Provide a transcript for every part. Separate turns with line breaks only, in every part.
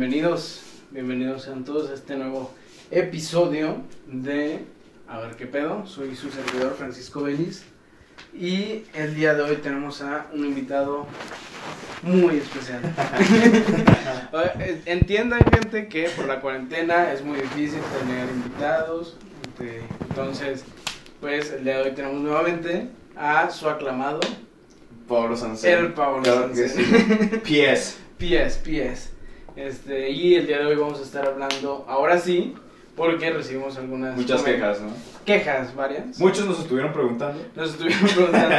Bienvenidos, bienvenidos sean todos a este nuevo episodio de A ver qué pedo. Soy su servidor Francisco Vélez y el día de hoy tenemos a un invitado muy especial. Eh, Entiendan gente que por la cuarentena es muy difícil tener invitados, este, entonces pues el día de hoy tenemos nuevamente a su aclamado
Pablo Sancel.
el Pablo
Claro que
Sánchez.
sí. Pies.
Pies, pies. Este, y el día de hoy vamos a estar hablando, ahora sí, porque recibimos algunas
Muchas
comen-
quejas, ¿no?
Quejas varias.
Muchos nos estuvieron preguntando.
Nos estuvieron preguntando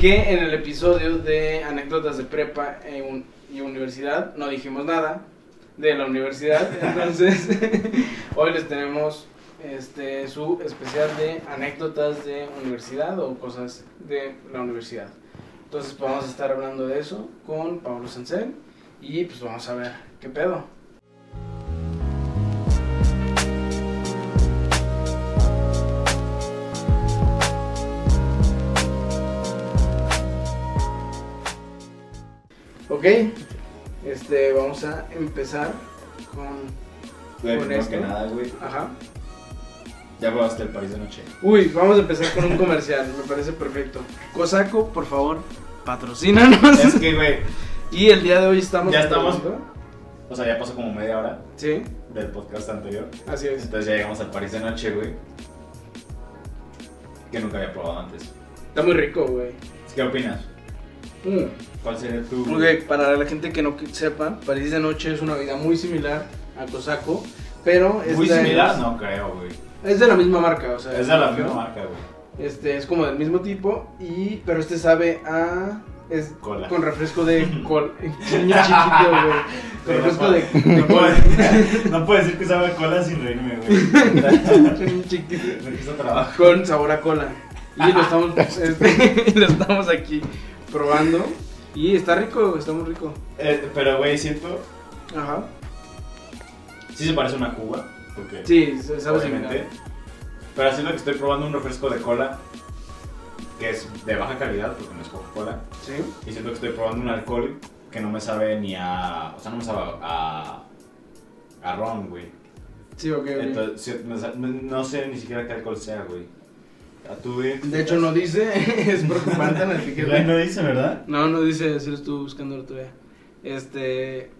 que en el episodio de anécdotas de prepa e un- y universidad no dijimos nada de la universidad. Entonces, hoy les tenemos este su especial de anécdotas de universidad o cosas de la universidad. Entonces, pues, vamos a estar hablando de eso con Pablo Sancel y pues vamos a ver qué pedo. Ok, este, vamos a empezar con...
Güey,
Con
primero
esto.
que nada, güey.
Ajá.
Ya probaste el París de noche.
Uy, vamos a empezar con un comercial, me parece perfecto. Cosaco, por favor, patrocínanos.
es que, güey,
Y el día de hoy estamos...
¿Eh? Ya estamos.
grabando.
o sea, ya pasó como media hora
Sí,
del podcast anterior.
así es.
Entonces ya llegamos al París de noche, güey. Que nunca había probado antes.
Está muy rico, güey.
¿Qué opinas?
Mm.
¿Cuál sería tu...?
Ok, para la gente que no que- sepa, París de Noche es una vida muy similar a Cosaco, pero
Muy
esta
similar,
es,
no creo, güey.
es de la misma marca, o sea,
Es de la
¿no?
misma marca, güey.
Este es como del mismo tipo y pero este sabe a es
Cola.
con refresco de cola. Niño chiquito, güey. Con refresco de, de
No puedo,
cola.
no puedo decir que sabe a cola sin reírme, güey.
Niño chiquito.
Me quiso trabajo.
con sabor a cola. Y lo estamos, este, lo estamos aquí probando. Y está rico, está muy rico.
Eh, pero, güey, siento...
Ajá.
Sí se parece a una cuba. Porque...
Sí, se- sabe
obviamente.
similar.
Pero así es lo que estoy probando un refresco de cola que es de baja calidad porque no es Coca-Cola.
Sí.
Y siento que estoy probando un alcohol que no me sabe ni a. O sea, no me sabe a. a ron, güey.
Sí, ok, ok.
Entonces, sí, me sa- me- no sé ni siquiera qué alcohol sea, güey. ¿A tú, güey?
De hecho no dice, es preocupante en el
Güey,
etiqueta.
no dice, ¿verdad?
No, no dice, si lo estuve buscando el otro día. Este,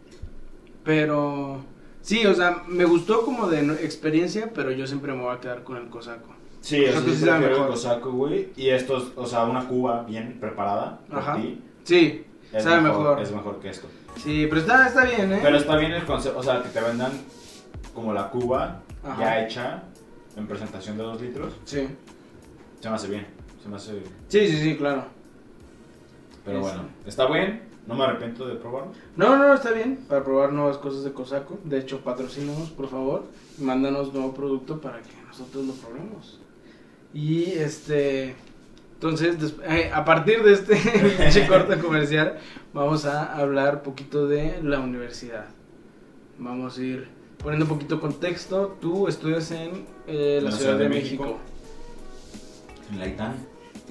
pero sí, o sea, me gustó como de no- experiencia, pero yo siempre me voy a quedar con el cosaco.
Sí,
Creo
eso
que
sí
sí sabe
prefiero
mejor.
el cosaco, güey. Y esto, es, o sea, una cuba bien preparada por
Ajá.
ti.
Sí,
es
Sabe mejor.
Es mejor que esto.
sí, pero está, está bien, ¿eh?
Pero está bien el concepto, o sea, que te vendan como la cuba
Ajá.
ya hecha en presentación de 2 litros.
Sí,
Se me hace bien, se me hace.
sí, sí, sí, claro.
Pero
Sí,
bueno, está bien, no me arrepiento de probarlo.
No, no, está bien, para probar nuevas cosas de cosaco. De hecho, patrocínanos, por favor, y mándanos nuevo producto para que nosotros lo probemos. Y este, entonces, des- eh, a partir de este pinche corte comercial, vamos a hablar poquito de la universidad. Vamos a ir poniendo un poquito contexto. Tú estudias en eh, la, Ciudad, de, México.
En la ITAN.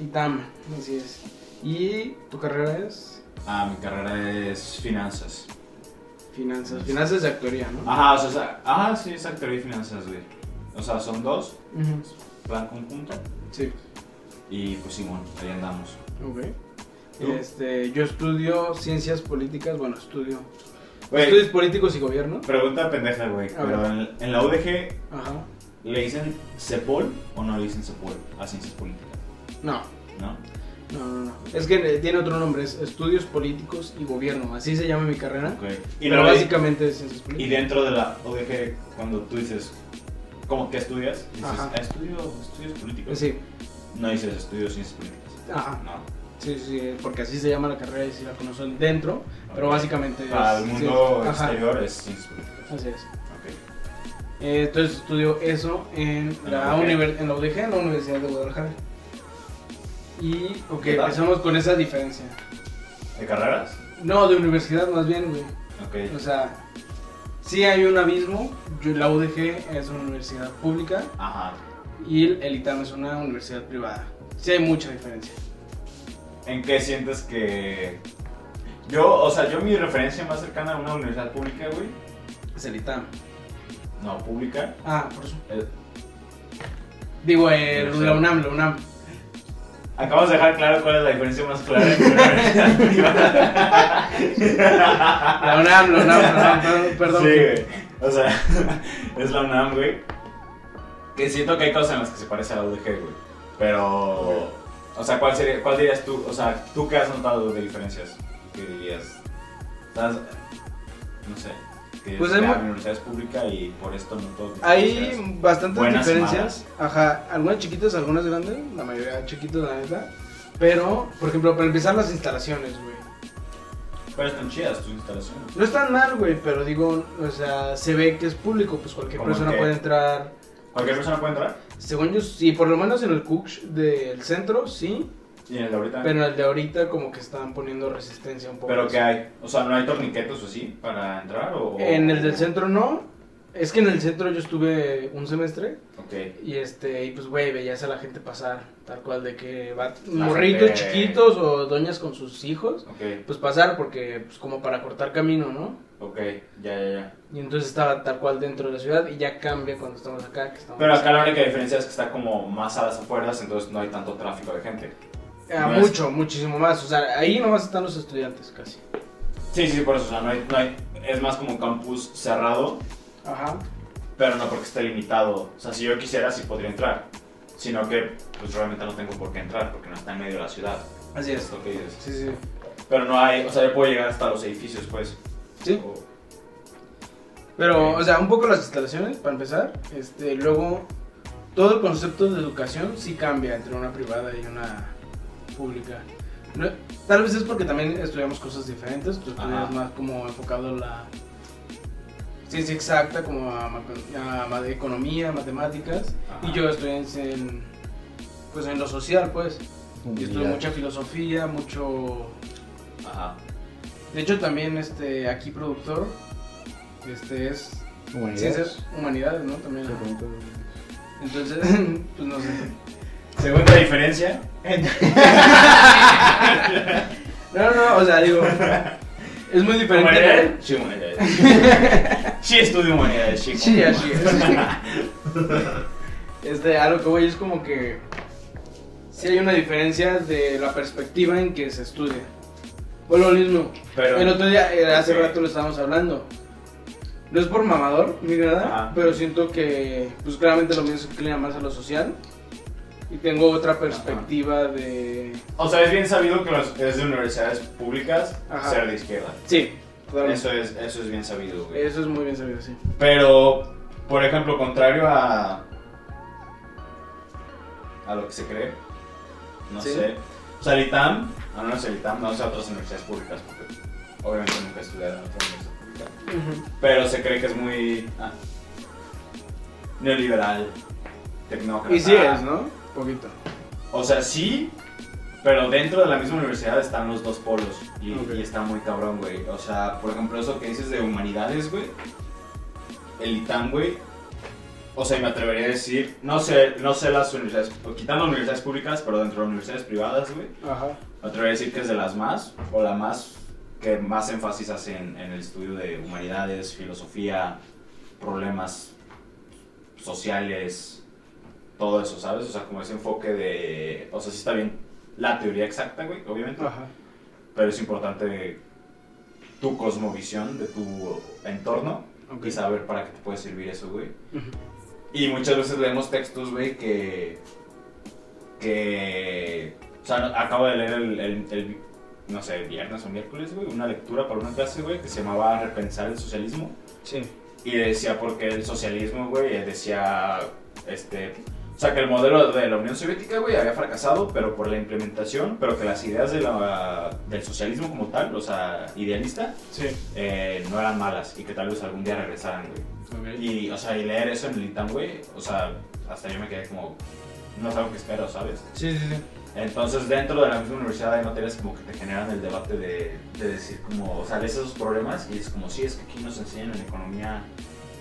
Itam, así es. Y tu carrera es
Ah, mi carrera es finanzas.
finanzas, finanzas de actoría, ¿no?
Ajá, o sea, sa- ah, sí, es actor y finanzas, güey. O sea, son dos,
Ujú,
plan conjunto.
Sí.
Y pues Simón, ahí andamos.
Ok.
¿Tú?
Este, yo estudio ciencias políticas, bueno, estudio estudios
Güey,
políticos y gobierno.
pregunta pendeja, güey.
A
Pero
ver.
en, en la UDG,
Ajá.
¿le dicen CEPOL o no le dicen CEPOL a ciencias políticas?
No,
¿No?
no, no, no. Es que eh, tiene otro nombre, es estudios políticos y gobierno, así se llama mi carrera.
Ok. Y,
Pero
luego-
básicamente es ciencias
y
políticas.
dentro de la ODG, cuando tú dices, ¿cómo que estudias? Dices,
Ajá.
estudio estudios políticos.
Sí,
No dices estudios ciencias políticas. Ah,
Ajá.
No.
sí, sí, porque así se llama la carrera y si la conocen dentro, pero
Ok.
básicamente es.
Para el mundo
ciencias-
este.
ajá,
exterior es ciencias políticas.
Así es.
Ok.
Eh, entonces estudio eso en
En
la,
la UDG.
univer- en la UDG, en la Universidad de Guadalajara. Y, ok,
¿Qué tal?
empezamos con esa diferencia.
¿De carreras?
No, de universidad más bien, güey. O
Ok.
sea, sí hay un abismo. Yo- la UDG es una universidad pública
Ajá.
y el- el ITAM es una universidad privada. Sí hay mucha diferencia.
¿En qué sientes que.? Yo, o sea, yo mi referencia más cercana a una universidad pública, güey,
Es el ITAM.
No, pública.
Ah, por eso.
eh,
Digo, el,
Universidad.
la UNAM, la UNAM.
Acabamos de dejar claro cuál es la diferencia más clara entre una universidad privada.
La UNAM, la UNAM, la UNAM, perdón.
Sí, güey. O sea, es la UNAM, güey. Que siento que hay cosas en las que se parece a la UDG, güey. Pero. O sea, ¿cuál, sería, ¿cuál dirías tú? O sea, ¿tú qué has notado de diferencias? ¿Qué dirías? Estás. No sé. Que
Pues
pues
hay
la
mu-
universidad es pública y por esto no todo.
Hay bastantes
Buenas,
diferencias. Ajá, algunas chiquitas, algunas grandes. La mayoría chiquitas, la neta. Pero, por ejemplo, para empezar las instalaciones, güey.
Pero están chidas tus instalaciones.
No están mal, güey, pero digo, o sea, se ve que es público, pues cualquier
¿Cómo
persona
qué?
puede entrar.
¿Cualquier persona puede entrar?
Según yo, sí, por lo menos en el Cooks del centro, sí.
Y en el de ahorita.
Pero en el de ahorita, como que están poniendo resistencia un poco.
¿Pero qué hay? O sea, ¿no hay torniquetos o así para entrar? O...
En el del centro no. Es que en el centro yo estuve un semestre
Ok.
y este, y pues güey, veías a la gente pasar, tal cual de que va
La
morritos
gente-
chiquitos o doñas con sus hijos,
Ok,
pues pasar porque pues como para cortar camino, ¿no?
ok, ya, ya, ya.
Y entonces estaba tal cual dentro de la ciudad y ya cambia cuando estamos acá, que estamos
Pero acá la única diferencia es que está como más a las afueras, entonces no hay tanto tráfico de gente.
Ah,
no es-
mucho, muchísimo más, o sea, ahí nomás están los estudiantes casi.
Sí, sí, por eso, o sea, no hay, no hay, es más como un campus cerrado,
Ajá.
pero no porque esté limitado. O sea, si yo quisiera, sí podría entrar, sino que pues realmente no tengo por qué entrar, porque no está en medio de la ciudad.
Así
Es
es.
lo que dices.
Sí, sí.
Pero no hay, o sea, yo puedo llegar hasta los edificios, pues.
Sí.
O-
Pero,
Ok.
o sea, un poco las instalaciones, para empezar. Este, luego, todo el concepto de educación sí cambia entre una privada y una pública. No- tal vez es porque también estudiamos cosas diferentes. Tú estudias
Ajá.
más como enfocado a la ciencia exacta, como a, ma- a ma- economía, matemáticas.
Ajá.
Y yo estudié en- en, pues, en lo social, pues. Yo estudié mucha filosofía, mucho
Ajá.
de hecho, también este aquí productor este es ciencias humanidades, ¿no? También. Entonces, pues no sé.
Segunda diferencia.
No, no, o sea, digo es muy diferente.
¿Humanidades? Sí, humanidades. Sí, estudio humanidades, sí.
Sí, así es. Este, a lo que voy es como que sí hay una diferencia de la perspectiva en que se estudia. Por lo mismo,
Pero-
el otro día, eh, hace
Ok.
rato lo estábamos hablando. No es por mamador, ni nada,
Ajá.
pero siento que, pues claramente lo mío se inclina más a lo social. Y tengo otra perspectiva de.
O sea, es bien sabido que los- es de universidades públicas
Ajá.
ser de izquierda.
Sí, totalmente.
Eso es, eso es bien sabido, güey.
Eso es muy bien sabido, sí.
Pero, por ejemplo, contrario a. a lo que se cree. No
Sí.
sé. O sea, el ITAM, al menos el ITAM, no sé otras universidades públicas, porque obviamente nunca he estudiado en otra universidad pública. Pero se cree que es muy. ah, neoliberal, tecnócrata.
Y sí es, ¿no? Poquito.
O sea, sí, pero dentro de la misma universidad están los dos polos. Y,
Ok.
y está muy cabrón, güey. O sea, por ejemplo, eso que dices de humanidades, güey. El ITAM, güey. O sea, y me atrevería a decir, no sé, no sé las universidades, quitando universidades públicas, pero dentro de universidades privadas, güey.
Ajá.
Me atrevería a decir que es de las más, o la más, que más énfasis hace en, en el estudio de humanidades, filosofía, problemas sociales, todo eso, ¿sabes? O sea, como ese enfoque de... O sea, sí está bien la teoría exacta, güey, obviamente,
Ajá.
pero es importante tu cosmovisión de tu entorno
Ok.
y saber para qué te puede servir eso, güey.
Ujú.
Y muchas veces leemos textos, güey, que. que. O sea, no- acabo de leer el. el- el- no sé, el viernes o miércoles, güey, una lectura para una clase, güey, que se llamaba Repensar el socialismo.
Sí.
Y decía porque el socialismo, güey, decía. este. O sea, que el modelo de la Unión Soviética, güey, había fracasado, pero por la implementación, pero que las ideas de la, del socialismo como tal, o sea, idealista,
Sí.
eh, no eran malas y que tal vez algún día regresaran, güey. Y, o sea, y leer eso en el ITAM, güey, o sea, hasta yo me quedé como, no es algo que espero, ¿sabes?
Sí, sí, sí.
Entonces, dentro de la misma universidad hay materias como que te generan el debate de, de decir, como, o sea, lees esos problemas y es como, sí, es que aquí nos enseñan en economía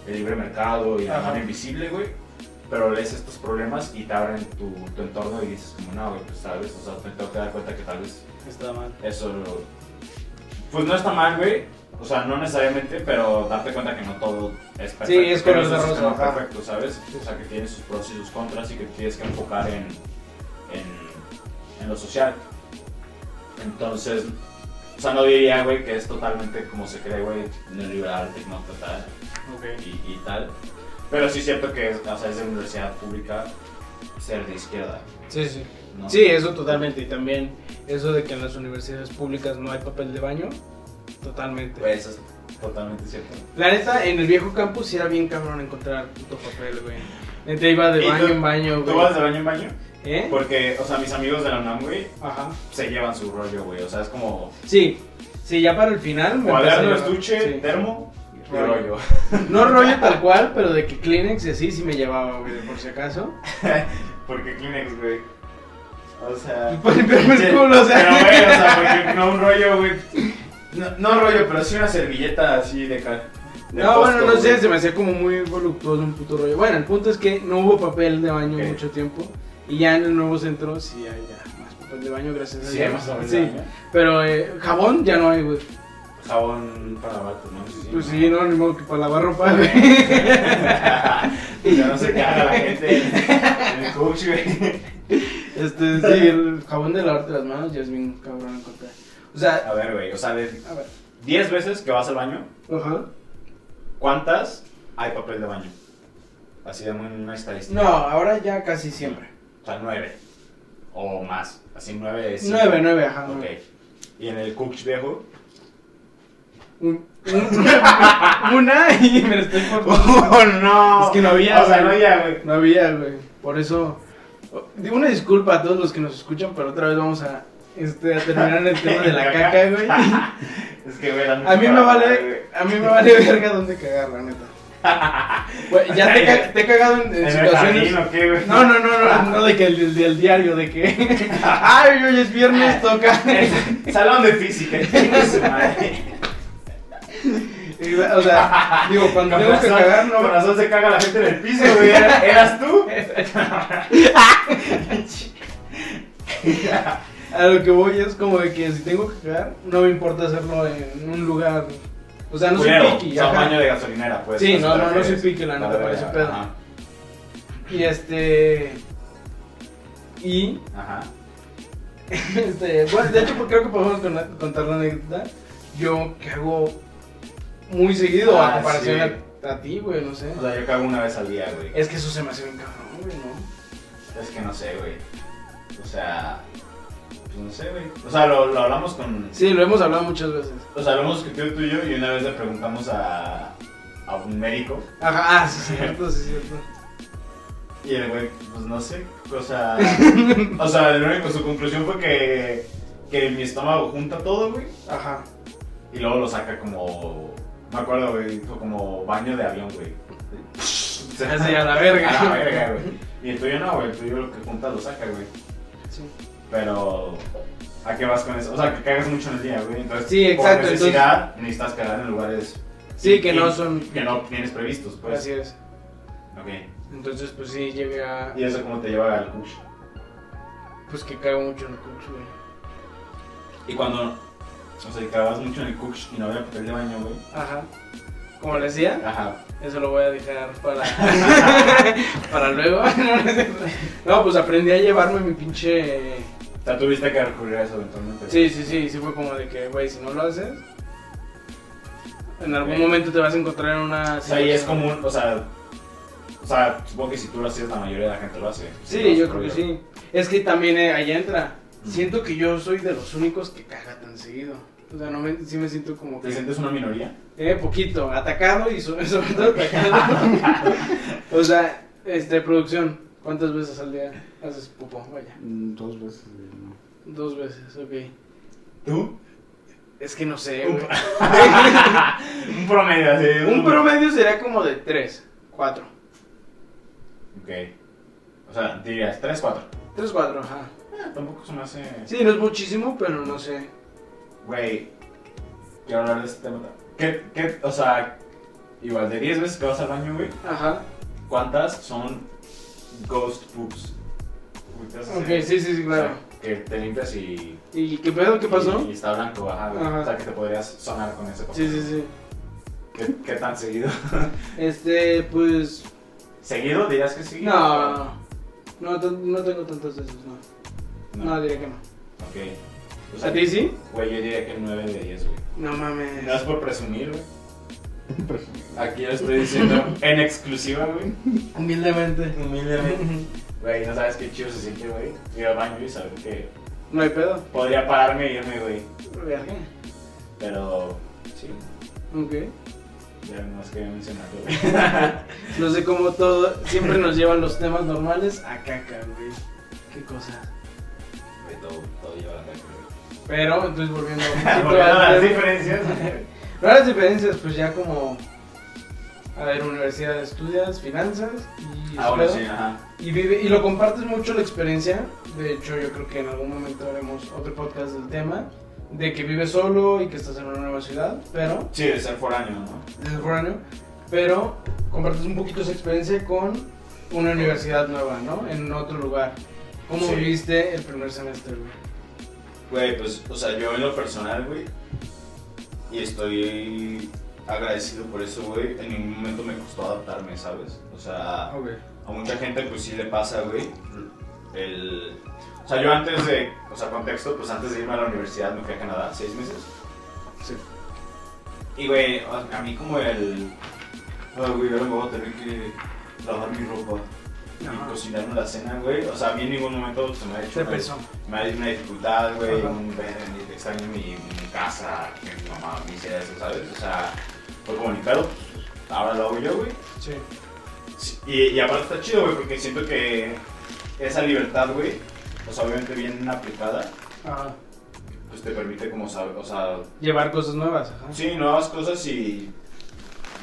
el libre mercado y la
Ajá.
mano invisible, güey, pero lees estos problemas y te abren tu, tu entorno y dices, como, no, güey, pues, ¿sabes? O sea, te tengo que dar cuenta que tal vez
Está mal.
eso, pues, no está mal, güey, O sea, no necesariamente, pero darte cuenta que no todo es perfecto.
Sí, es
que no
color de
un sistema
rosa, ajá.
perfecto, ¿sabes? O sea, que tiene sus pros y sus contras y que tienes que enfocar en, en, en lo social. Entonces, o sea, no diría, güey, que es totalmente como se cree, güey, neoliberal, tecnócrata
Ok.
y, y tal. Pero sí es cierto que, es- o sea, es de universidad pública ser de izquierda,
Sí, sí.
¿no?
Sí, eso totalmente. Y también eso de que en las universidades públicas no hay papel de baño, totalmente.
Güey, eso es totalmente cierto.
La neta, en el viejo campus sí era bien cabrón encontrar puto papel, güey. Neta iba de
¿Y
baño
tú-
en baño,
¿Tú
güey.
vas de baño en baño?
¿Eh?
Porque, o sea, mis amigos de la UNAM, güey,
Ajá.
se llevan su rollo, güey. O sea, es como
Sí, sí, ya para el final. me
cuaderno,
empecé a-
estuche,
sí.
termo y
Rollo.
rollo.
No rollo tal cual, pero de que Kleenex y así sí me llevaba, güey, de por si acaso.
Porque Kleenex, güey. O sea.
Para limpiarme el culo, o sea.
Pero, güey, o sea, porque no un rollo, güey. No, no rollo, pero sí una servilleta así de acá. de
No,
costo,
bueno, no sé,
güey.
se me hacía como muy voluptuoso un puto rollo. Bueno, el punto es que no hubo papel de baño
Ok.
mucho tiempo. Y ya en el nuevo centro sí hay ya más papel de baño, gracias a
Sí,
Dios.
más o menos.
Sí, pero eh, jabón ya no hay, güey.
Jabón para vatos, ¿no? Sí,
Pues sí, no, ni modo que para lavar ropa, güey.
Ya no se caga la gente en el coach, güey.
Este, sí, el jabón de lavarte las manos ya es bien cabrón encontrar. O sea,
A ver, güey, o sea, de
a ver.
10 veces que vas al baño,
Ajá.
¿Cuántas hay papel de baño? Así de muy- una estadística.
No, ahora ya casi siempre.
O sea, nueve. O más. Así nueve es.
Nueve, nueve, ajá.
Ok.
nueve.
Y en el Cooks viejo.
Un- un- una y me la estoy cortando.
no!
Es que Oh, no había,
O sea, no
güey.
había, güey.
No había, güey. Por eso. Digo una disculpa a todos los que nos escuchan, pero otra vez vamos a, este, a terminar en el tema de la caca, güey. A
es que, güey, A
mí me vale, a mí me vale verga dónde cagar, la neta. Güey, ya te, he ca- te he cagado en, en
¿En el
situaciones.
jardín o qué, güey?
No, no, no, no, no de que el, el del diario, de que. Ay, hoy es viernes, toca.
Salón de física. chingue su madre.
O sea, digo, cuando
Con
tengo que
razón-
cagar, no.
Con razón se caga la gente en el piso, güey. ¿Eras tú?
A lo que voy es como de que si tengo que cagar, no me importa hacerlo en un lugar. O sea, no soy
Culero,
piqui.
o sea, un
ajá.
baño de gasolinera, pues.
Sí,
a eso
no,
te
no, no soy
refieres.
piqui, la neta,
Vale,
por
vale,
ese pedo.
Ajá.
Y este. Y.
Ajá.
Este, bueno, de hecho, pues, creo que podemos con- contar la anécdota. Yo cago muy seguido
Ah,
a comparación
sí.
a, a ti, güey, no sé.
O sea, yo cago una vez al día, güey.
Es que eso se me hace bien cabrón, güey, ¿no?
Es que no sé, güey. O sea, pues no sé, güey. O sea, lo, lo hablamos con.
Sí, lo hemos hablado muchas veces.
O sea, lo hemos discutido tú y yo y una vez le preguntamos a, a un médico.
Ajá, ah, sí, es cierto, sí, es cierto.
Y el güey, pues no sé. O sea, o sea, el único, su conclusión fue que, que mi estómago junta todo, güey.
Ajá.
Y luego lo saca como. Me acuerdo, güey. Fue como baño de avión, güey. Se
Así, a la verga.
A la verga, güey. Y el tuyo no, güey. El tuyo lo que junta lo saca, güey.
Sí.
Pero, ¿a qué vas con eso? O sea, que cagas mucho en el día, güey. Entonces,
Sí,
por
exacto,
necesidad, necesitas cagar en lugares
Sí, que
y-
no son.
que no tienes previstos, pues.
Así es.
Ok.
Entonces, pues sí, llegué a.
¿Y eso cómo te lleva al kush?
Pues que cago mucho en el curso, güey.
Y cuando, o sea, cagas mucho en el kush y no había papel de baño, güey.
Ajá. Como les decía,
Ajá.
eso lo voy a dejar para, para luego. No, no es cierto. No, pues aprendí a llevarme mi pinche.
O sea, tuviste que recurrir a eso eventualmente.
Sí, sí, sí, sí fue como de que, güey, si no lo haces, en algún
Ok.
momento te vas a encontrar en una.
O sea, y es común, o sea, o sea, supongo que si tú lo haces, la mayoría de la gente lo hace.
Sí,
No,
yo
no,
creo que
yo-
sí. Es que también eh, ahí entra.
Mm.
Siento que yo soy de los únicos que caga tan seguido. O sea, no me, sí me siento como que.
¿Te sientes una minoría?
Eh, poquito, atacado y sobre, sobre todo atacado. o sea, este, producción, ¿cuántas veces al día haces pupo? Vaya,
Mm, Dos veces. güey, no.
dos veces, ok.
¿Tú?
Es que no sé,
Un
güey.
Un promedio, así.
Un promedio sería como de tres, cuatro.
Ok. O sea, dirías 3, 4.
Tres, cuatro, ajá.
Tampoco se me hace.
Sí, no es muchísimo, pero no sé.
Güey, quiero hablar de este tema. ¿Qué, qué, o sea, igual de 10 veces que vas al baño, güey,
Ajá.
¿cuántas son ghost poops? Uy, te hace-
Ok, sí, sí, sí,
o sea,
claro.
que que te limpias y.
¿Y qué pedo? ¿Qué pasó?
Y, y está blanco, ajá, güey.
Ajá.
O sea, que te podrías sonar con ese
Sí, sí, sí.
¿Qué, qué tan seguido?
Este, pues.
¿Seguido? ¿Dirías que sí?
No, no, tan- no tengo tantos de esos, no. No,
No.
diría que no.
Ok. O sea,
¿A ti sí?
Güey, yo diría que 9 de 10, güey.
No mames.
No es por presumir, güey. Aquí yo estoy diciendo en exclusiva, güey.
Humildemente.
Humildemente. Güey, no sabes qué chido se siente, güey. Ir al baño y saber que
No hay pedo.
podría pararme y irme, güey.
Verga.
Pero, sí,
Ok.
ya no más quería mencionarlo, güey.
No sé cómo todo. Siempre nos llevan los temas normales a caca, güey. Qué cosa.
Güey, todo, todo lleva la caca, güey.
Pero, entonces volviendo un
Volviendo
poquito
a
al
las
tema.
diferencias,
Pero las diferencias, pues ya como. A ver, universidad estudias, finanzas y.
Ah, bueno,
pedo.
sí, ajá.
Y, vive, y lo compartes mucho la experiencia. De hecho, yo creo que en algún momento haremos otro podcast del tema. De que vives solo y que estás en una nueva ciudad, pero.
Sí, de ser foráneo, ¿no?
Es foráneo. Pero compartes un poquito esa experiencia con una universidad nueva, ¿no? En otro lugar. ¿Cómo
Sí.
viviste el primer semestre, güey?
Güey, pues, o sea, yo en lo personal, güey, y estoy agradecido por eso, güey, en ningún momento me costó adaptarme, ¿sabes? O sea,
Ah, Ok.
a mucha gente, pues, sí le pasa, güey, el... O sea, yo antes de, o sea, contexto, pues, antes de irme a la universidad me fui a Canadá, seis meses.
Sí.
Y, güey, a a mí como el... Ay, güey, ahora me voy a tener que lavar mi ropa
Ajá.
y cocinarme la cena, güey. O sea, a mí en ningún momento se me ha hecho...
Te
una-
pesó.
me hay una dificultad, güey,
Ajá.
un ven, extraño mi, mi casa, que mi mamá me hiciera eso, ¿sabes? O sea, fue como ni pedo, ahora lo hago yo, güey.
Sí.
Sí, Y, y aparte está chido, güey, porque siento que esa libertad, güey, pues obviamente bien aplicada,
Ajá.
pues te permite como saber, o sea,
Llevar cosas nuevas, ajá.
sí, nuevas cosas y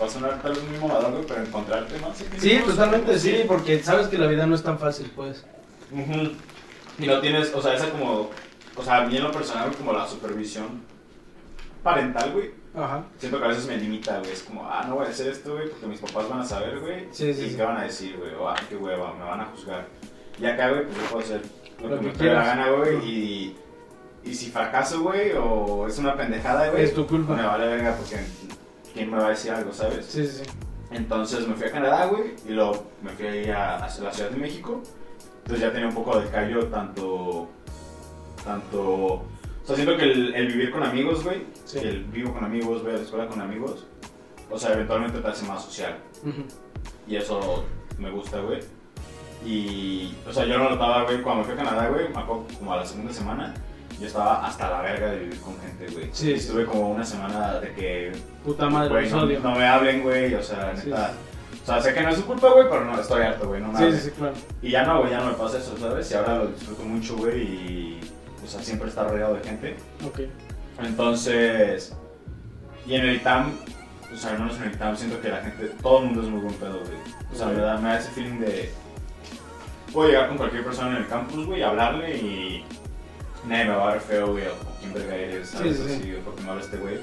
va a sonar tal vez muy mamador, güey, pero encontrarte más. y-
Sí, totalmente sí, porque sabes que la vida no es tan fácil, pues.
Ujú. Y no tienes, o sea, esa como, o sea, a mí en lo personal, como la supervisión parental, güey.
Ajá.
Siento que a veces me limita, güey. Es como, ah, no voy a hacer esto, güey, porque mis papás van a saber, güey.
Sí, sí,
¿Y
sí.
qué van a decir, güey? O, ah, qué hueva, me van a juzgar. Y acá, güey, pues yo puedo hacer lo,
Lo
que,
que
me pegue la
quieras.
gana, güey. Y, y si fracaso, güey, o es una pendejada, güey.
Es tu culpa.
Me vale verga porque quién me va a decir algo, ¿sabes?
Sí, sí, sí.
Entonces me fui a Canadá, güey, y luego me fui ahí a, a la Ciudad de México. Entonces ya tenía un poco de callo tanto... Tanto... O sea, siento que el, el vivir con amigos, güey,
Sí.
el vivo con amigos, voy a la escuela con amigos, o sea, eventualmente te hace más social.
Ujú.
Y eso me gusta, güey. Y, o sea, yo lo notaba, güey, cuando me fui a Canadá, güey, me acuerdo como a la segunda semana, yo estaba hasta la verga de vivir con gente, güey.
Sí.
Y Estuve como una semana de que
Puta madre,
Güey,
los
no,
odio.
no me hablen, güey, o sea,
Sí,
neta.
sí.
O sea, sé que no es su culpa, güey, pero no, estoy harto, güey, no me
Sí, sí,
hablen.
sí, claro.
Y ya no, güey, ya no me pasa eso, ¿sabes? Y ahora lo disfruto mucho, güey, y, o sea, siempre estar rodeado de gente.
Ok.
Entonces, y en el ITAM, o sea, al menos en el ITAM siento que la gente, todo el mundo es muy buen pedo, güey. O sea, la verdad, me da ese feeling de. Puedo llegar con cualquier persona en el campus, güey, hablarle y. Nadie me va a ver feo, güey, o quién verga eres, ¿sabes?
Sí, sí, sí.
Así, porque me habla este güey.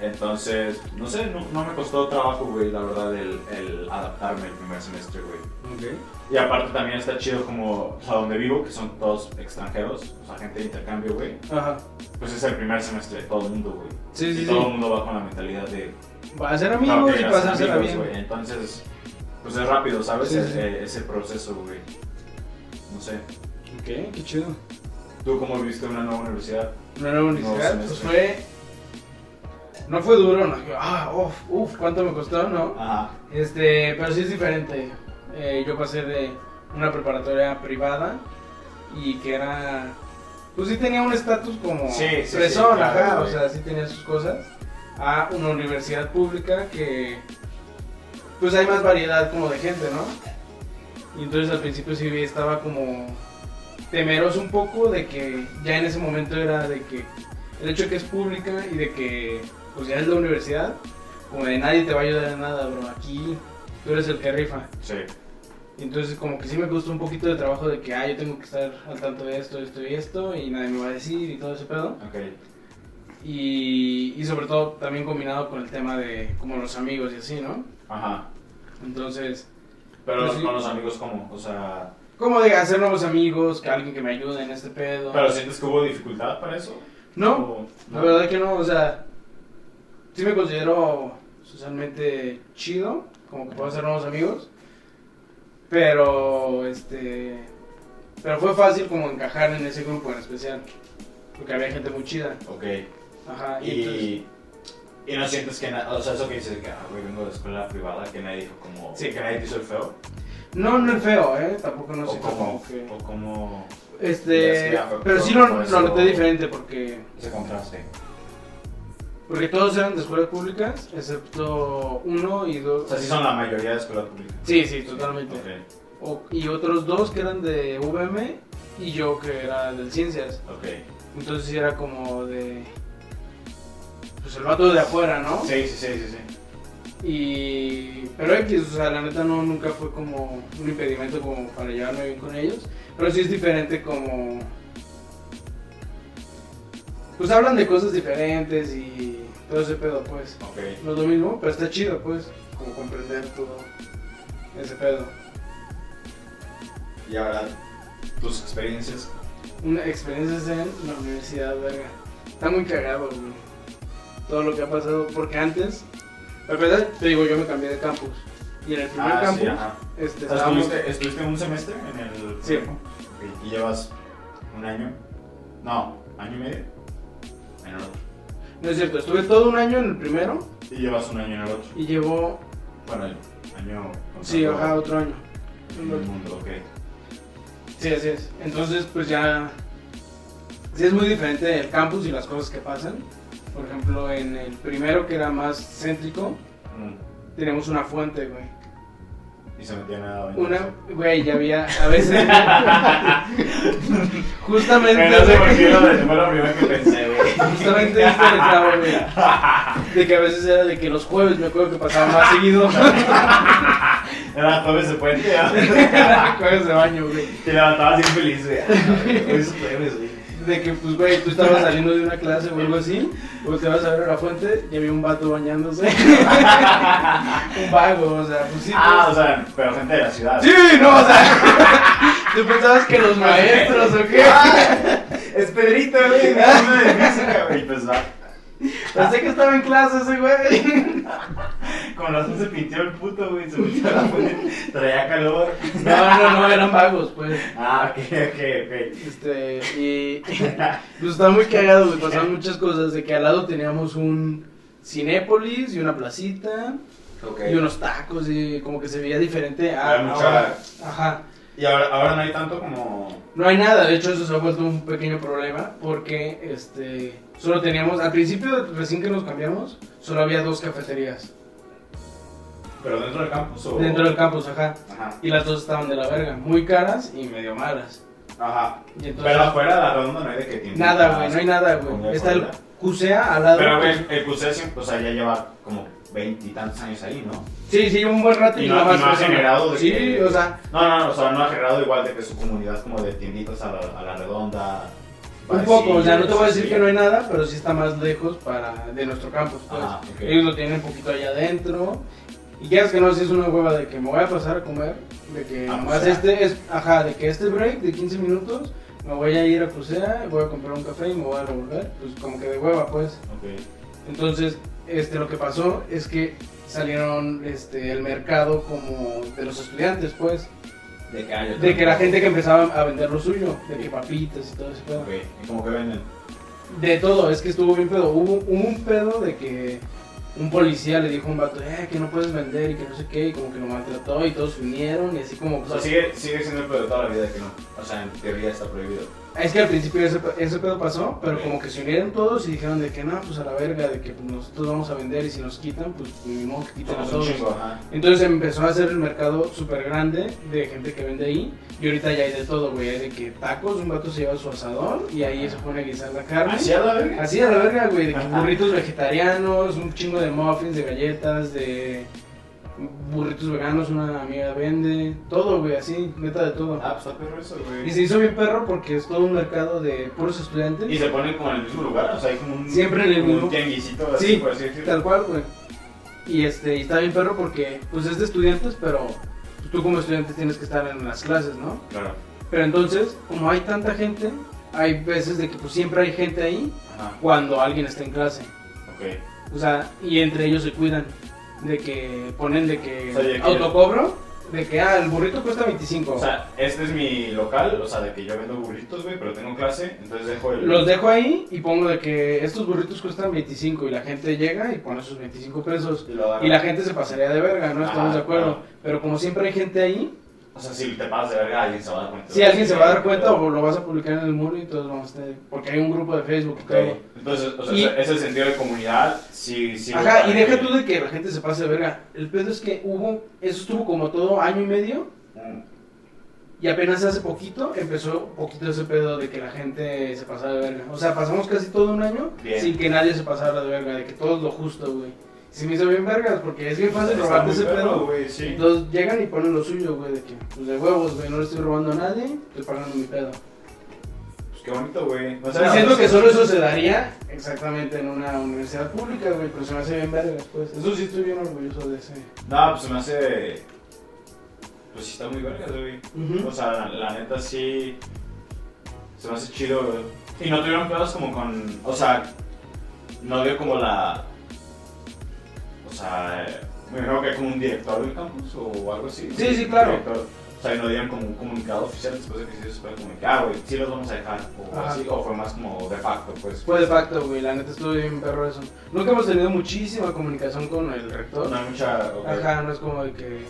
Entonces, no sé, no, no me costó trabajo, güey, la verdad, el, el adaptarme el primer semestre, güey.
Ok.
Y aparte también está chido como, o sea, donde vivo, que son todos extranjeros, o sea, gente de intercambio, güey
Ajá.
pues es el primer semestre de todo el mundo, güey.
Sí,
y
sí,
todo el
sí.
mundo va con la mentalidad de
Va a ser
"No,
amigos
que
y
ya son
pasársela
amigos,
bien.
güey". Entonces, pues es rápido, ¿sabes?
Sí,
Es-
sí.
eh, Ese proceso, güey. No sé.
Ok, qué chido.
¿Tú cómo viviste una nueva universidad?
Una nueva universidad,
No, sí,
pues
sí.
fue. No fue duro, no. que, Ah, uff, uff, cuánto me costó, ¿no?
Ajá.
Este, pero sí es diferente. Eh, yo pasé de una preparatoria privada y que era. Pues sí tenía un estatus como
Sí, sí, sí,
fresón,
claro,
ajá, o
güey.
sea, sí tenía sus cosas. A una universidad pública que. Pues hay más variedad como de gente, ¿no? Y entonces al principio sí estaba como temeroso un poco de que ya en ese momento era de que el hecho de que es pública y de que pues ya es la universidad, como de nadie te va a ayudar en nada, bro. Aquí tú eres el que rifa.
Sí.
Y entonces como que sí me costó un poquito de trabajo de que, ah, yo tengo que estar al tanto de esto, esto y esto, y nadie me va a decir y todo ese pedo.
Ok.
Y, y sobre todo también combinado con el tema de como los amigos y así, ¿no?
Ajá.
Entonces,
Pero
Pues sí.
con los amigos, ¿cómo? O sea,
Como de hacer nuevos amigos, que alguien que me ayude en este pedo.
¿Pero sientes que hubo dificultad para eso?
no,
¿O
la verdad que no, o sea, sí me considero socialmente chido, como que puedo hacer nuevos amigos, pero este, pero fue fácil como encajar en ese grupo en especial, porque había gente muy chida,
Ok.
ajá, y, entonces-
Y, y no sientes que nada, o sea, eso que dices que, ah, güey, vengo de la escuela privada, que nadie dijo como,
Sí.
que nadie te hizo el feo.
no, no es feo, eh, tampoco no sé
o como,
cómo, que-
o como
este,
Ya, ya,
pero sí
por-
lo,
por
lo noté
eso-
diferente porque
ese contraste.
Porque todos eran de escuelas públicas, excepto uno y dos.
O sea, sí son la mayoría de escuela pública.
Sí, sí, totalmente.
Ok,
O- y otros dos que eran de VM y yo que era de ciencias.
ok.
Entonces sí era como de. Pues el vato de afuera, ¿no?
Sí, sí, sí, sí, sí.
Y. Pero X, o sea, la neta no, nunca fue como un impedimento como para llevarme bien con ellos. Pero sí es diferente como. Pues hablan de cosas diferentes y todo ese pedo, pues.
Ok.
No es lo mismo, pero está chido, pues, como comprender todo ese pedo.
Y ahora, tus experiencias.
Una experiencias en la universidad, verga. Está muy cagado, güey. Todo lo que ha pasado, porque antes, la verdad, te digo, yo me cambié de campus. Y en el primer
Ah,
campus,
sí, ajá.
este,
O sea,
estábamos-
¿Estuviste, estuviste un semestre en el
Sí.
programa? Ok, ¿Y llevas un año? No, año y medio en el otro.
No es cierto, estuve todo un año en el primero
Y llevas un año en el otro.
y llevó,
Bueno, el año. con
sí,
todo
ajá, otro año.
En el mundo, ok.
Sí, así es. Entonces, pues ya. Sí, es muy diferente el campus y las cosas que pasan. Por ejemplo, en el primero, que era más céntrico,
Mm,
Tenemos una fuente, güey.
Y se metían a.
Una, güey, ya había, a veces. justamente.
Pero no sé por qué lo de- fue lo primero que pensé, güey.
Justamente esto del clavo, güey. De que a veces era de que los jueves me acuerdo que pasaba más seguido.
Era jueves de puente, ¿no?
jueves de baño, güey.
Te levantabas bien feliz, güey. Hoy es jueves, güey.
De que, pues, güey, tú estabas saliendo de una clase o algo así. O te vas a ver a la fuente y había un vato bañándose. un vago, o sea, pues sí.
Ah, o
pues.
sea, pero gente de la ciudad.
Sí, no, o sea. ¿Tú pensabas que los maestros o qué?
Ah, Es Pedrito, güey. una de física, güey. Pues va.
Pensé que estaba en clase ese güey.
Con razón se pintió el puto, güey. Se metió a la fuente. Traía calor.
No, no, no, eran vagos, pues.
Ah, ok, ok,
Este, y. Pues estaba muy cagado, güey. Pasaban muchas cosas. De que al lado teníamos un Cinépolis y una placita
ok. Ok.
y unos tacos y como que se veía diferente a.
Había mucha-
ahora. Ajá.
Y ahora, ahora no hay tanto como.
No hay nada, de hecho, eso se ha vuelto un pequeño problema porque este. Solo teníamos, al principio, recién que nos cambiamos, solo había dos cafeterías
Pero dentro del campus o.
dentro del campus, ajá.
Ajá.
Y las dos estaban de la verga, muy caras y medio malas.
Ajá.
Y entonces,
Pero afuera de la redonda no hay de que tiene.
Nada, güey, no hay nada,
Comida
güey. Está el
corrida.
CUSEA al lado.
Pero, güey, el Cusea siempre, o sea, ya lleva como veintitantos años ahí, ¿no?
Sí, sí, un buen rato
Y no-
nada
y
más
no ha
fue-
generado de
Sí,
que-
o sea,
No, no, no, o sea, no ha generado igual de que su comunidad como de tienditas a la, a la redonda. pues,
un poco, o sea, no te voy a decir que no hay nada, pero sí está más lejos para de nuestro campus, pues.
Ah, ok.
Ellos lo tienen un poquito allá adentro. Y quieras que no, si es una hueva de que me voy a pasar a comer, de que
Ah,
nomás
o sea.
este es, ajá, de que este break de 15 minutos me voy a ir a Cusea, voy a comprar un café y me voy a revolver, pues como que de hueva, pues.
Ok.
Entonces, este, lo que pasó es que salieron este, el mercado como de los estudiantes, pues,
De que, hay
de que la gente que empezaba a vender lo suyo, de que papitas y todo ese pedo.
Ok, y como que venden.
De todo, es que estuvo bien pedo. Hubo hubo un pedo de que un policía le dijo a un vato, eh, que no puedes vender y que no sé qué, y como que lo maltrató y todos se unieron y así como...
O sea, sigue, sigue siendo el pedo de toda la vida de que no. O sea, en teoría está prohibido.
Es que al principio ese, pe- ese pedo pasó, pero como que se unieron todos y dijeron de que no, pues a la verga, de que pues, nosotros vamos a vender y si nos quitan, pues ni modo que quiten a
Somos un
todos.
chingo, ajá.
Entonces empezó a hacer el mercado súper grande de gente que vende ahí. Y ahorita ya hay de todo, güey. Hay de que tacos, un vato se lleva su asador y ahí se pone a guisar la carne.
¿Así a la verga?
Así a la verga, güey. De que burritos vegetarianos, un chingo de muffins, de galletas, de burritos veganos, una amiga vende. Todo, güey, así, neta de todo.
Ah, pues está perro eso, güey.
Y se hizo bien perro porque es todo un mercado de puros estudiantes.
Y se ponen como en el mismo lugar, o sea, hay como un.
Siempre en el
como
mismo.
Un tianguisito así,
Sí,
por así decirlo.
Tal cual, güey. Y este, y está bien perro porque, pues es de estudiantes, pero pues tú como estudiante tienes que estar en las clases, ¿no?
Claro.
Pero entonces, como hay tanta gente, hay veces de que pues siempre hay gente ahí
Ajá.
cuando alguien está en clase.
Ok.
O sea, y entre ellos se cuidan. De que ponen de que
O sea, ya que-
autocobro, de que ah, el burrito cuesta 25.
O sea, este es mi local, o sea, de que yo vendo burritos, güey, pero tengo clase, entonces dejo el...
los dejo ahí y pongo de que estos burritos cuestan 25 y la gente llega y pone sus 25 pesos.
y lo agarro.
Y la gente se pasaría de verga, ¿no? Estamos
Ah,
de acuerdo.
claro.
Pero como siempre hay gente ahí,
O sea, si te pasas de verga, alguien se va a dar cuenta.
si alguien se va a dar cuenta o lo vas a publicar en el muro y todos vamos a estar... Porque hay un grupo de Facebook,
Ok.
creo.
Entonces, o sea,
Y-
es el sentido de comunidad, sí, sí.
Ajá, y
güey,
deja
que-
tú de que la gente se pase de verga. El pedo es que hubo, eso estuvo como todo año y medio
Mm.
Y apenas hace poquito empezó poquito ese pedo de que la gente se pasara de verga. O sea, pasamos casi todo un año
Bien.
sin que nadie se pasara de verga, de que todo es lo justo, güey. Se me hizo bien vergas porque es bien fácil
Está
robarte
muy
ese
perro,
pedo.
güey, sí.
Entonces llegan y ponen lo suyo, güey, de que, pues de huevos, güey, no le estoy robando a nadie, estoy pagando mi pedo.
Pues qué bonito, güey. O
Diciendo
no
que
sé-
solo eso se daría exactamente en una universidad pública, güey, pero se me hace bien vergas, pues. Eso sí estoy bien orgulloso de ese.
No, pues se me hace... Pues sí está muy verga, güey.
Ujú.
O sea, la, la neta sí. Se me hace chido, güey. Y no tuvieron pedos como con. O sea, no dio como la. O sea, eh, me imagino que hay como un director del campus o algo así.
Sí, sí, claro.
Director. O sea, y no dieron como un comunicado oficial después de que se hizo fue como que, ah, güey, sí los vamos a dejar. O
Ajá.
así, o fue más como de facto, pues.
Fue de facto, güey, la neta estuvo bien perro eso. Nunca hemos tenido muchísima comunicación con el rector.
No hay mucha. ok.
Ajá, no es como de que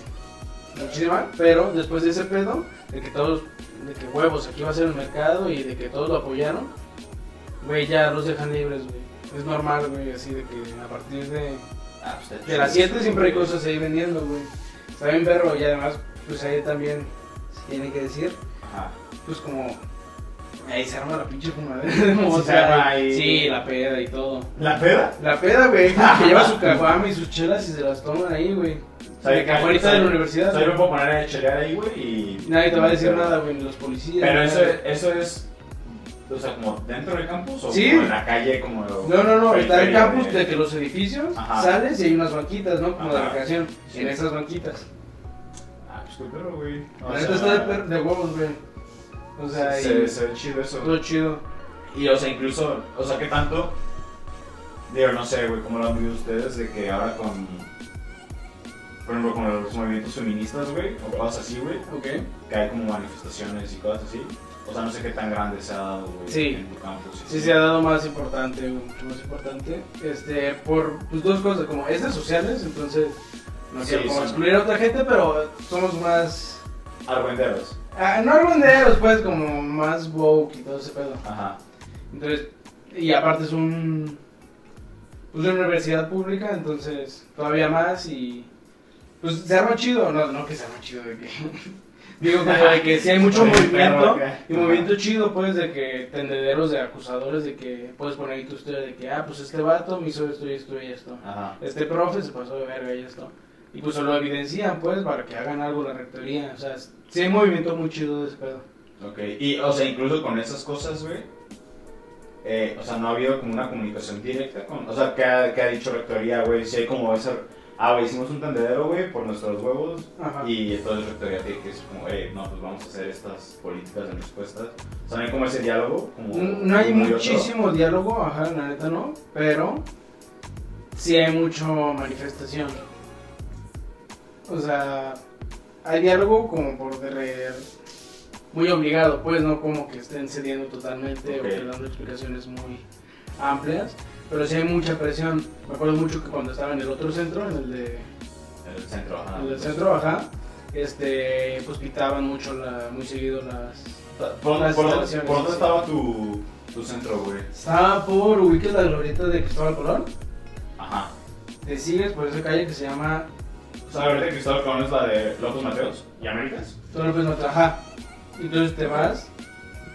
muchísima, pero después de ese pedo, de que todos, de que huevos, aquí va a ser el mercado y de que todos lo apoyaron, güey, ya los dejan libres, güey. Es normal, güey, así de que a partir de,
Ah, pues, está
de las
chido.
7 siempre hay cosas ahí vendiendo, güey. Está bien perro y además, pues ahí también se tiene que decir,
Ajá.
pues como... Ahí se arma la pinche fumadera de
Sí, se
mota,
arma ahí.
Sí, la peda y todo.
¿La peda?
La peda, güey, que lleva su caguama y sus chelas y se las toman ahí, güey. De que afuera de la universidad.
O sea, yo me puedo poner a chelear ahí, güey, y.
Nadie te va a decir
Pero-
nada, güey, ni los policías.
Pero
ni
eso,
nada.
eso es. O sea, como dentro del campus o
Sí.
como en la calle, como.
No, no, no, está el
periferia
campus de que los edificios
Ajá.
sales y hay unas banquitas, ¿no? Como de
Ajá.
vacación.
Sí.
En esas banquitas.
Ah, pues qué perro, güey. O
La neta
sea,
está de, per- de huevos, güey. O sea,
se,
y
se ve chido eso.
todo chido.
Y, o sea, incluso, o sea, ¿qué tanto? Digo, no sé, güey, cómo lo han vivido ustedes de que ahora con. Por ejemplo, con los movimientos feministas, güey, o cosas así, güey,
Ok.
que hay como manifestaciones y cosas así. O sea, no sé qué tan grande se ha dado, güey,
Sí.
en tu campus.
Sí se ha dado más importante, güey, mucho más importante. Este, por pues, dos cosas, como estas sociales, entonces no
Sí,
quiero como
sí.
excluir a otra gente, pero somos más...
Argüenderos.
ah, no argüenderos, pues, como más woke y todo ese pedo.
Ajá.
Entonces, y aparte es un. Pues una universidad pública, entonces todavía más y. Pues se arma chido, no, no que se arma chido de que. Digo, como de que si hay mucho
Oye,
movimiento.
perro, acá.
Y movimiento chido, pues, de que tendederos de acusadores, de que puedes poner ahí tu historia de que, ah, pues este vato me hizo esto y esto y esto.
Ajá.
Este profe se pasó de verga y esto. Y pues lo evidencian, pues, para que hagan algo la rectoría. O sea, sí hay movimiento muy chido de ese pedo.
Ok, y o sea, incluso con esas cosas, güey. eh, o sea, no ha habido como una comunicación directa con. O sea, ¿qué ha, qué ha dicho Rectoría, güey? Si hay como esa. Ah, güey, hicimos un tendedero, güey, por nuestros huevos.
Ajá.
Y entonces Rectoría tiene que decir, como, eh, no, pues vamos a hacer estas políticas de respuestas. O sea, no hay como ese diálogo. Como,
No hay
muy otro.
muchísimo diálogo, ajá, la neta no, pero sí hay mucho manifestación. O sea, hay diálogo como por derreer muy obligado, pues no como que estén cediendo totalmente
Ok.
o que dando explicaciones muy amplias, pero sí hay mucha presión. Me acuerdo mucho que cuando estaba en el otro centro, en el de
En el centro, ajá.
en el del centro, ajá, este, pues pitaban mucho la, muy seguido las
¿Por,
las
por- por
instalaciones,
dónde
sí.
estaba tu, tu centro, güey?
Estaba por ubiques la glorieta de Cristóbal Colón.
Ajá.
Te sigues por esa calle que se llama
O sea, ahorita que Cristóbal Colón es la de López Mateos y Américas.
Don López Matajá. Y entonces te vas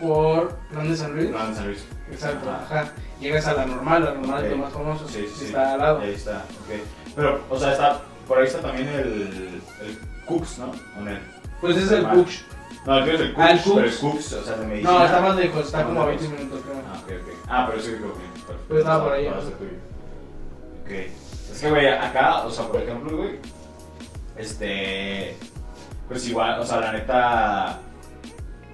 por Plan de San Luis.
No, en San Luis.
Exacto,
Ajá.
ajá. Llegas a la normal, la normal
Ok.
es lo más famoso.
Sí, sí, Eh, sí.
Está al lado.
Ahí está, ok. Pero, o sea, está, por ahí está también el, el Cooks, ¿no? ¿O no?
Pues ese es el
Ah,
Puch.
No, el que es el Cooks,
Ah, el Cooks.
pero el Cooks, o sea, de medicina.
No, está más lejos,
Ah,
está como a
no.
20 minutos, creo.
Ah, ok, ok. Ah, pero sí que creo que...
Pero Pues estaba por ahí,
Ah,
¿no?
está tuyo. Ok. Es que, güey, acá, o sea, por ejemplo, güey, este... Pues igual, o sea, la neta.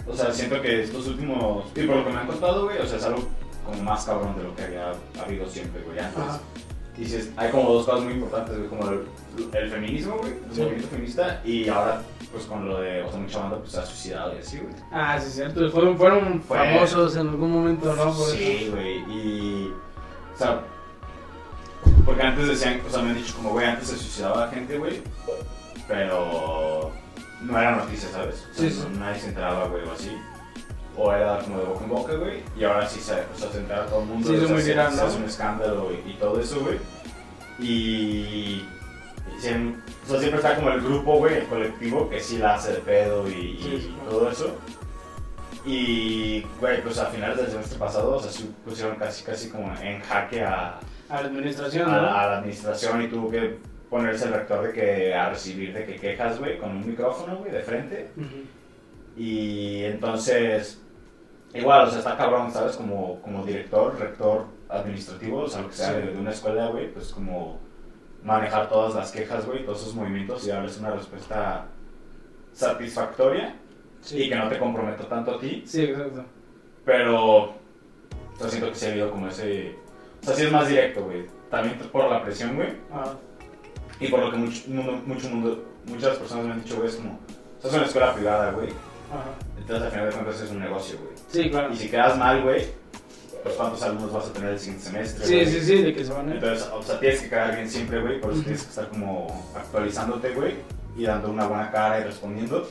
O sea, siento que estos últimos. Y por lo que me han contado, güey, o sea, es algo como más cabrón de lo que había habido siempre, güey, antes.
Ajá.
Y dices, hay como dos cosas muy importantes, güey, como el, el feminismo, güey, el
Sí.
movimiento feminista, y ahora, pues con lo de, o sea, mucha banda, pues se ha suicidado y así, güey.
Ah, sí, es cierto. Fueron, fueron
Fue-
famosos en algún momento, ¿no? Por
Sí, güey, y. O sea, porque antes decían, o sea, me han dicho como, güey, antes se suicidaba la gente, güey, pero no era noticia, ¿sabes? O sea,
Sí, sí.
no- nadie se enteraba, güey, o así. O era como de boca en boca, güey, y ahora sí se, o sea, se entera todo el mundo,
Sí,
o
es
sea,
muy
se-
viral,
se
¿no?
hace un escándalo güey, y todo eso, güey. Y. y siem- o sea, siempre está como el grupo, güey, el colectivo que sí la hace de pedo y, y
Sí, sí.
todo eso. Y, güey, pues a finales del semestre pasado, o sea, sí pusieron casi, casi como en jaque a,
A la administración,
a
¿no?
la, a la administración y tuvo que ponerse el rector de que a recibir de que quejas, güey, con un micrófono, güey, de frente.
Ujú.
Y entonces, igual, o sea, está cabrón, ¿sabes? Como, como director, rector administrativo, o sea, lo que sea
Sí.
de, de una escuela, güey, pues como manejar todas las quejas, güey, todos esos movimientos y darles una respuesta satisfactoria
Sí.
y que no te comprometa tanto a ti,
Sí, exacto.
pero o sea, siento que se ha ido como ese... O sea, sí es más directo, güey. También por la presión, güey.
Ah,
Y por lo que mucho mundo, mucho mundo, muchas personas me han dicho, güey, es como... O sea, es una escuela privada, güey.
ajá.
Entonces, al final de cuentas, es un negocio, güey.
Sí, claro.
Y si quedas mal, güey, pues cuántos alumnos vas a tener el siguiente semestre,
Sí,
güey?
sí, sí, de que se van ¿eh? a
Entonces, o sea, tienes que quedar bien siempre, güey, por eso
Ujú.
tienes que estar como actualizándote, güey, y dando una buena cara y respondiendo.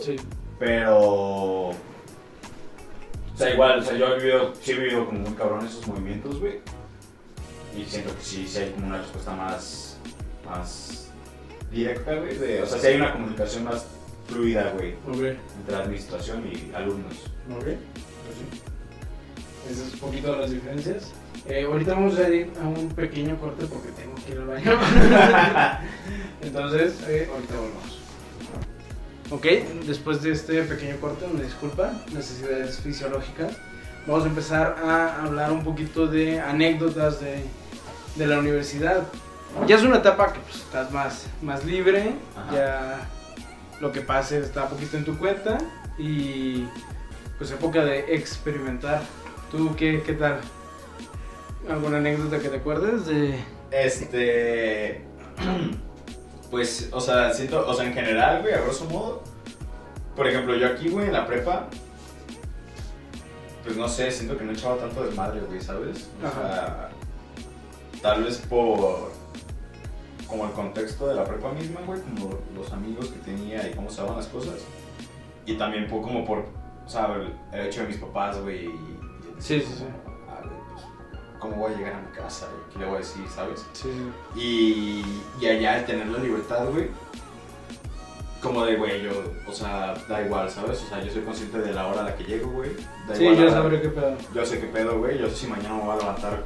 Sí.
Pero. O sea, igual, o sea, yo he vivido, sí he vivido como muy cabrón esos movimientos, güey. Y siento que sí, sí hay como una respuesta más. más directa, güey. de- O sea, sí hay una comunicación más fluida, güey,
Ok.
entre administración y alumnos.
Ok. Pues sí. Esas son un poquito las diferencias. Eh, ahorita vamos a ir a un pequeño corte porque tengo que ir al baño. Entonces, eh, ahorita volvemos. Ok, después de este pequeño corte, una disculpa, necesidades fisiológicas, vamos a empezar a hablar un poquito de anécdotas de, de la universidad. Ya es una etapa que pues, estás más, más libre,
Ajá.
ya lo que pase está poquito en tu cuenta y pues época de experimentar. ¿Tú qué, qué tal? ¿Alguna anécdota que te acuerdes de...?
Este. Pues, o sea, siento, o sea, en general, güey, a grosso modo. Por ejemplo, yo aquí, güey, en la prepa. Pues no sé, siento que no he echado tanto desmadre, güey, ¿sabes? O sea, tal vez por. Como el contexto de la prepa misma, güey, como los amigos que tenía y cómo se daban las cosas. Y también por, como por, o sea, el, el hecho de mis papás, güey. y- y-
Sí, sí, sí.
Ah, güey, pues, ¿Cómo voy a llegar a mi casa? güey? ¿Qué le voy a decir, sabes?
Sí,
Y, y allá el tener la libertad, güey. Como de, güey, yo, o sea, da igual, ¿sabes? O sea, yo soy consciente de la hora a la que llego, güey. Da
sí
igual la
yo
hora-
sabré qué pedo.
Yo sé qué pedo, güey. Yo sé si mañana me voy a levantar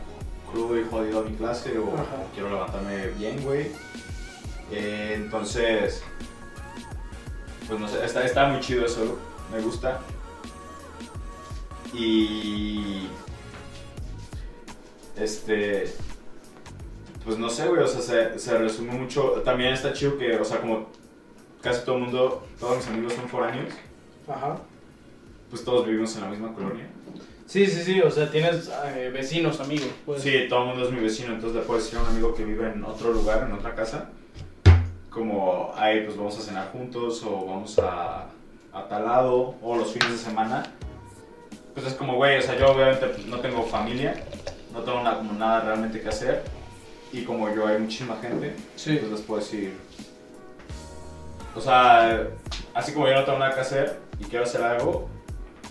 crudo y jodido a mi clase o
Ajá.
quiero levantarme bien, güey. Eh, entonces, pues no sé, está, está muy chido eso, me gusta. Y. Este. Pues no sé, güey, o sea, se, se resume mucho. También está chido que, o sea, como casi todo el mundo, todos mis amigos son foráneos,
Ajá.
pues todos vivimos en la misma colonia.
Sí, sí, sí, o sea, tienes eh, vecinos, amigos. Pues.
Sí, todo el mundo es mi vecino, entonces le puedo decir a un amigo que vive en otro lugar, en otra casa, como, ay, pues vamos a cenar juntos o vamos a, a tal lado o los fines de semana. Pues es como, güey, o sea, yo obviamente pues, no tengo familia, no tengo na- como nada realmente que hacer y como yo hay muchísima gente,
Sí.
pues les puedo decir, o sea, así como yo no tengo nada que hacer y quiero hacer algo,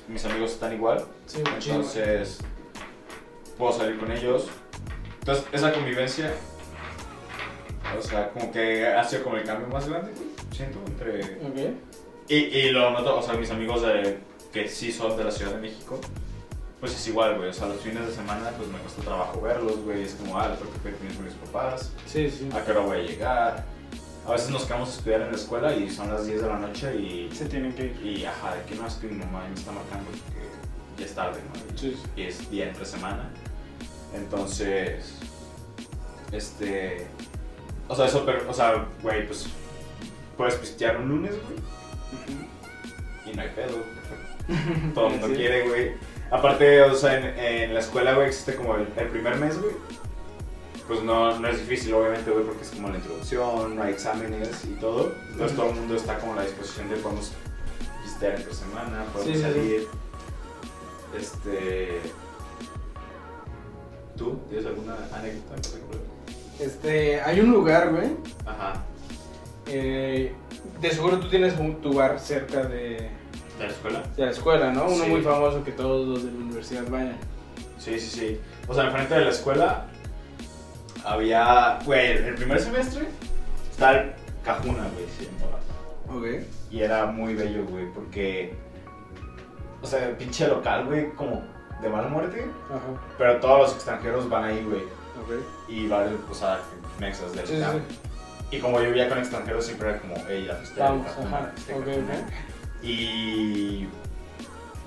mis amigos están igual.
Sí, chido.
Entonces, puedo salir con ellos. Entonces, esa convivencia, o sea, como que ha sido como el cambio más grande, güey, siento, entre...
Ok.
Y, y lo noto, o sea, mis amigos de- que sí son de la Ciudad de México, pues es igual, güey, o sea, los fines de semana, pues me cuesta trabajo verlos, güey, es como, ah, les tengo que pedir permiso a mis papás,
Sí, sí.
a qué hora voy a llegar. A veces nos quedamos a estudiar en la escuela y son las 10 de la noche y...
Se tienen que ir.
Y, ajá, ¿de qué no es que mi mamá me está marcando? Porque ya es tarde, ¿no? Y-
Sí, sí.
y es día entre semana. Entonces, este. O sea, eso, pero, o sea, güey, pues puedes pistear un lunes, güey. Y no hay pedo. Todo el mundo quiere, güey. Aparte, o sea, en, en la escuela, güey, existe como el, el primer mes, güey. Pues no, no es difícil, obviamente, güey, porque es como la introducción, no hay exámenes y todo. Entonces todo el mundo está como a la disposición de podemos visitar entre semana, podemos
Sí, sí, sí.
salir. Este. ¿Tú tienes alguna anécdota que recuerdes?
Este, hay un lugar, güey.
Ajá.
eh, de seguro tú tienes un- tu bar cerca de,
¿De la escuela?
de la escuela, ¿no? Uno
Sí.
muy famoso que todos los de la universidad vayan.
Sí, sí, sí. O sea, enfrente de la escuela había, güey, el primer semestre estaba el Cajuna, güey, sí, en todas.
Ok.
Y era muy bello, güey, porque, o sea, el pinche local, güey, como de mala muerte,
Ajá.
pero todos los extranjeros van ahí, güey.
Ok.
Y varios, o sea, mexas del
Sí, sí,
camp.
sí.
Y como yo vivía con extranjeros, siempre era como, hey, la fiesta del
Vamos,
Cajuna,
ajá.
la fiesta del
Ok,
Cajuna".
ok.
Y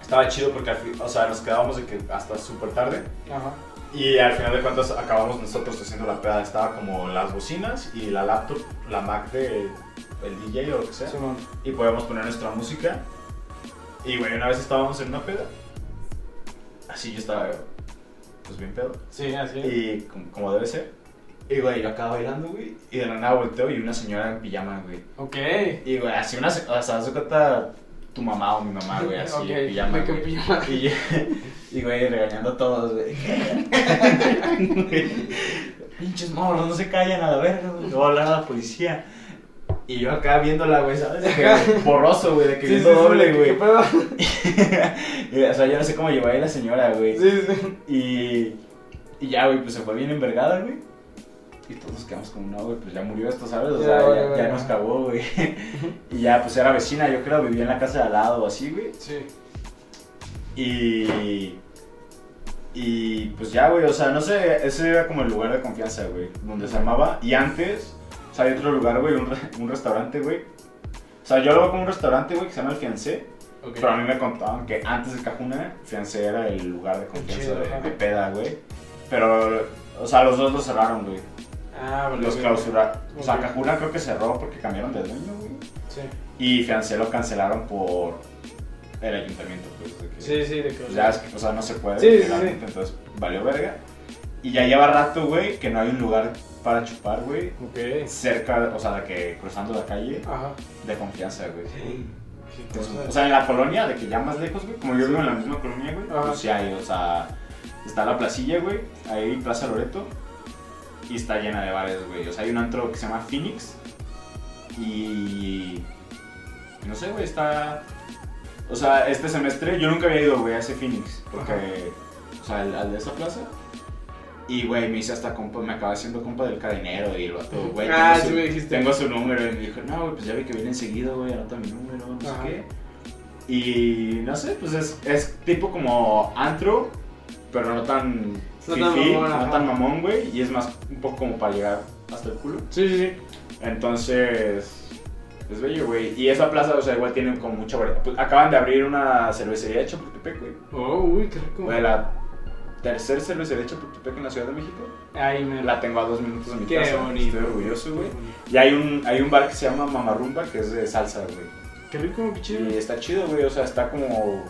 estaba chido porque, al fin- o sea, nos quedábamos de que hasta súper tarde.
Ajá.
Y al final de cuentas acabamos nosotros haciendo la peda. Estaba como las bocinas y la laptop, la Mac del el DJ o lo que sea.
Simón.
Y podíamos poner nuestra música. Y güey, una vez estábamos en una peda. Así yo estaba, pues bien pedo.
Sí, así.
Y como, como debe ser. Y güey, yo acabo bailando, güey. Y de la nada volteo y una señora en pijama, güey.
Ok.
Y güey, así una. se- O sea, haz de cuenta tu mamá o mi mamá, güey, así
Ok,
en pijama.
de que
güey.
pijama.
Y, yo- y güey, regañando a todos, güey. Pinches morros, no se callan a la verga, güey. Le voy a hablar a la policía. Y yo acá viéndola, güey, ¿sabes? De que borroso, güey, de que
Sí,
viendo
sí, sí, ¿qué
doble, güey.
pedo?
Y, o sea, yo no sé cómo llevó ahí la señora, güey.
Sí, sí.
Y, y ya, güey, pues se fue bien envergada, güey. Y todos nos quedamos como, no, güey, pues ya murió esto, ¿sabes? O
Ya,
sea,
vale,
ya,
vale,
ya nos
ajá.
cagó, güey. Y ya, pues era vecina, yo creo, vivía en la casa de al lado o así, güey.
Sí.
Y. Y pues ya, güey, o sea, no sé, ese era como el lugar de confianza, güey, donde se armaba. Y antes, o sea, hay otro lugar, güey, un, re- un restaurante, güey. O sea, yo lo veo como un restaurante, güey, que se llama El Fiancé.
Ok.
Pero a mí me contaban que antes de Cajuna, El Fiancé era el lugar de confianza
chido,
de,
ajá.
de peda, güey. Pero, o sea, los dos lo cerraron, güey.
Ah, vale.
Los
ok.
clausuraron. O sea,
Ok.
Cajuna creo que cerró porque cambiaron de dueño, güey.
Sí.
Y Fiancé lo cancelaron por el ayuntamiento, pues. de que-
Sí, sí, de que.
pues ya es que, o sea, no se puede,
Sí, sí,
literalmente, entonces valió verga. Y ya lleva rato, güey, que no hay un lugar para chupar, güey.
Ok.
Cerca, o sea, de que cruzando la calle,
Ajá.
de confianza, güey.
Qué
Entonces,
cosa.
Pues, o sea, en la colonia, de que ya más lejos, güey, como yo vivo en la misma colonia, güey,
Ajá.
pues sí hay, o sea, está la placilla, güey, ahí Plaza Loreto, y está llena de bares, güey. O sea, hay un antro que se llama Phoenix, y. No sé, güey, está. O sea, este semestre yo nunca había ido, güey, a ese Phoenix, porque. O sea, al, al de esa plaza. Y, güey, me hice hasta compa, me acababa siendo compa del cadenero y el vato, güey.
Ah,
tengo
sí
su-
me dijiste.
Tengo su número y me dijo, no, güey, pues ya vi que viene enseguida, güey, anota mi número, no
Ajá.
sé qué. Y, no sé, pues es, es tipo como antro, pero no tan
No tan
fifí,
mamón,
no
ajá.
tan mamón, güey, y es más un poco como para llegar hasta el culo.
Sí, sí, sí.
Entonces, es bello, güey. Y esa plaza, o sea, igual tienen como mucha variedad. Pues, acaban de abrir una cervecería de Chapultepec, güey.
Oh, uy, qué rico.
Güey, la tercer cervecería de Chapultepec en la Ciudad de México.
Ay, me
La tengo a dos minutos de mi
Qué
casa.
bonito.
Estoy orgulloso, güey. Y hay un, hay un bar que se llama Mamarrumba, que es de salsa, güey.
Qué rico, qué chido.
Y está chido, güey. O sea, está como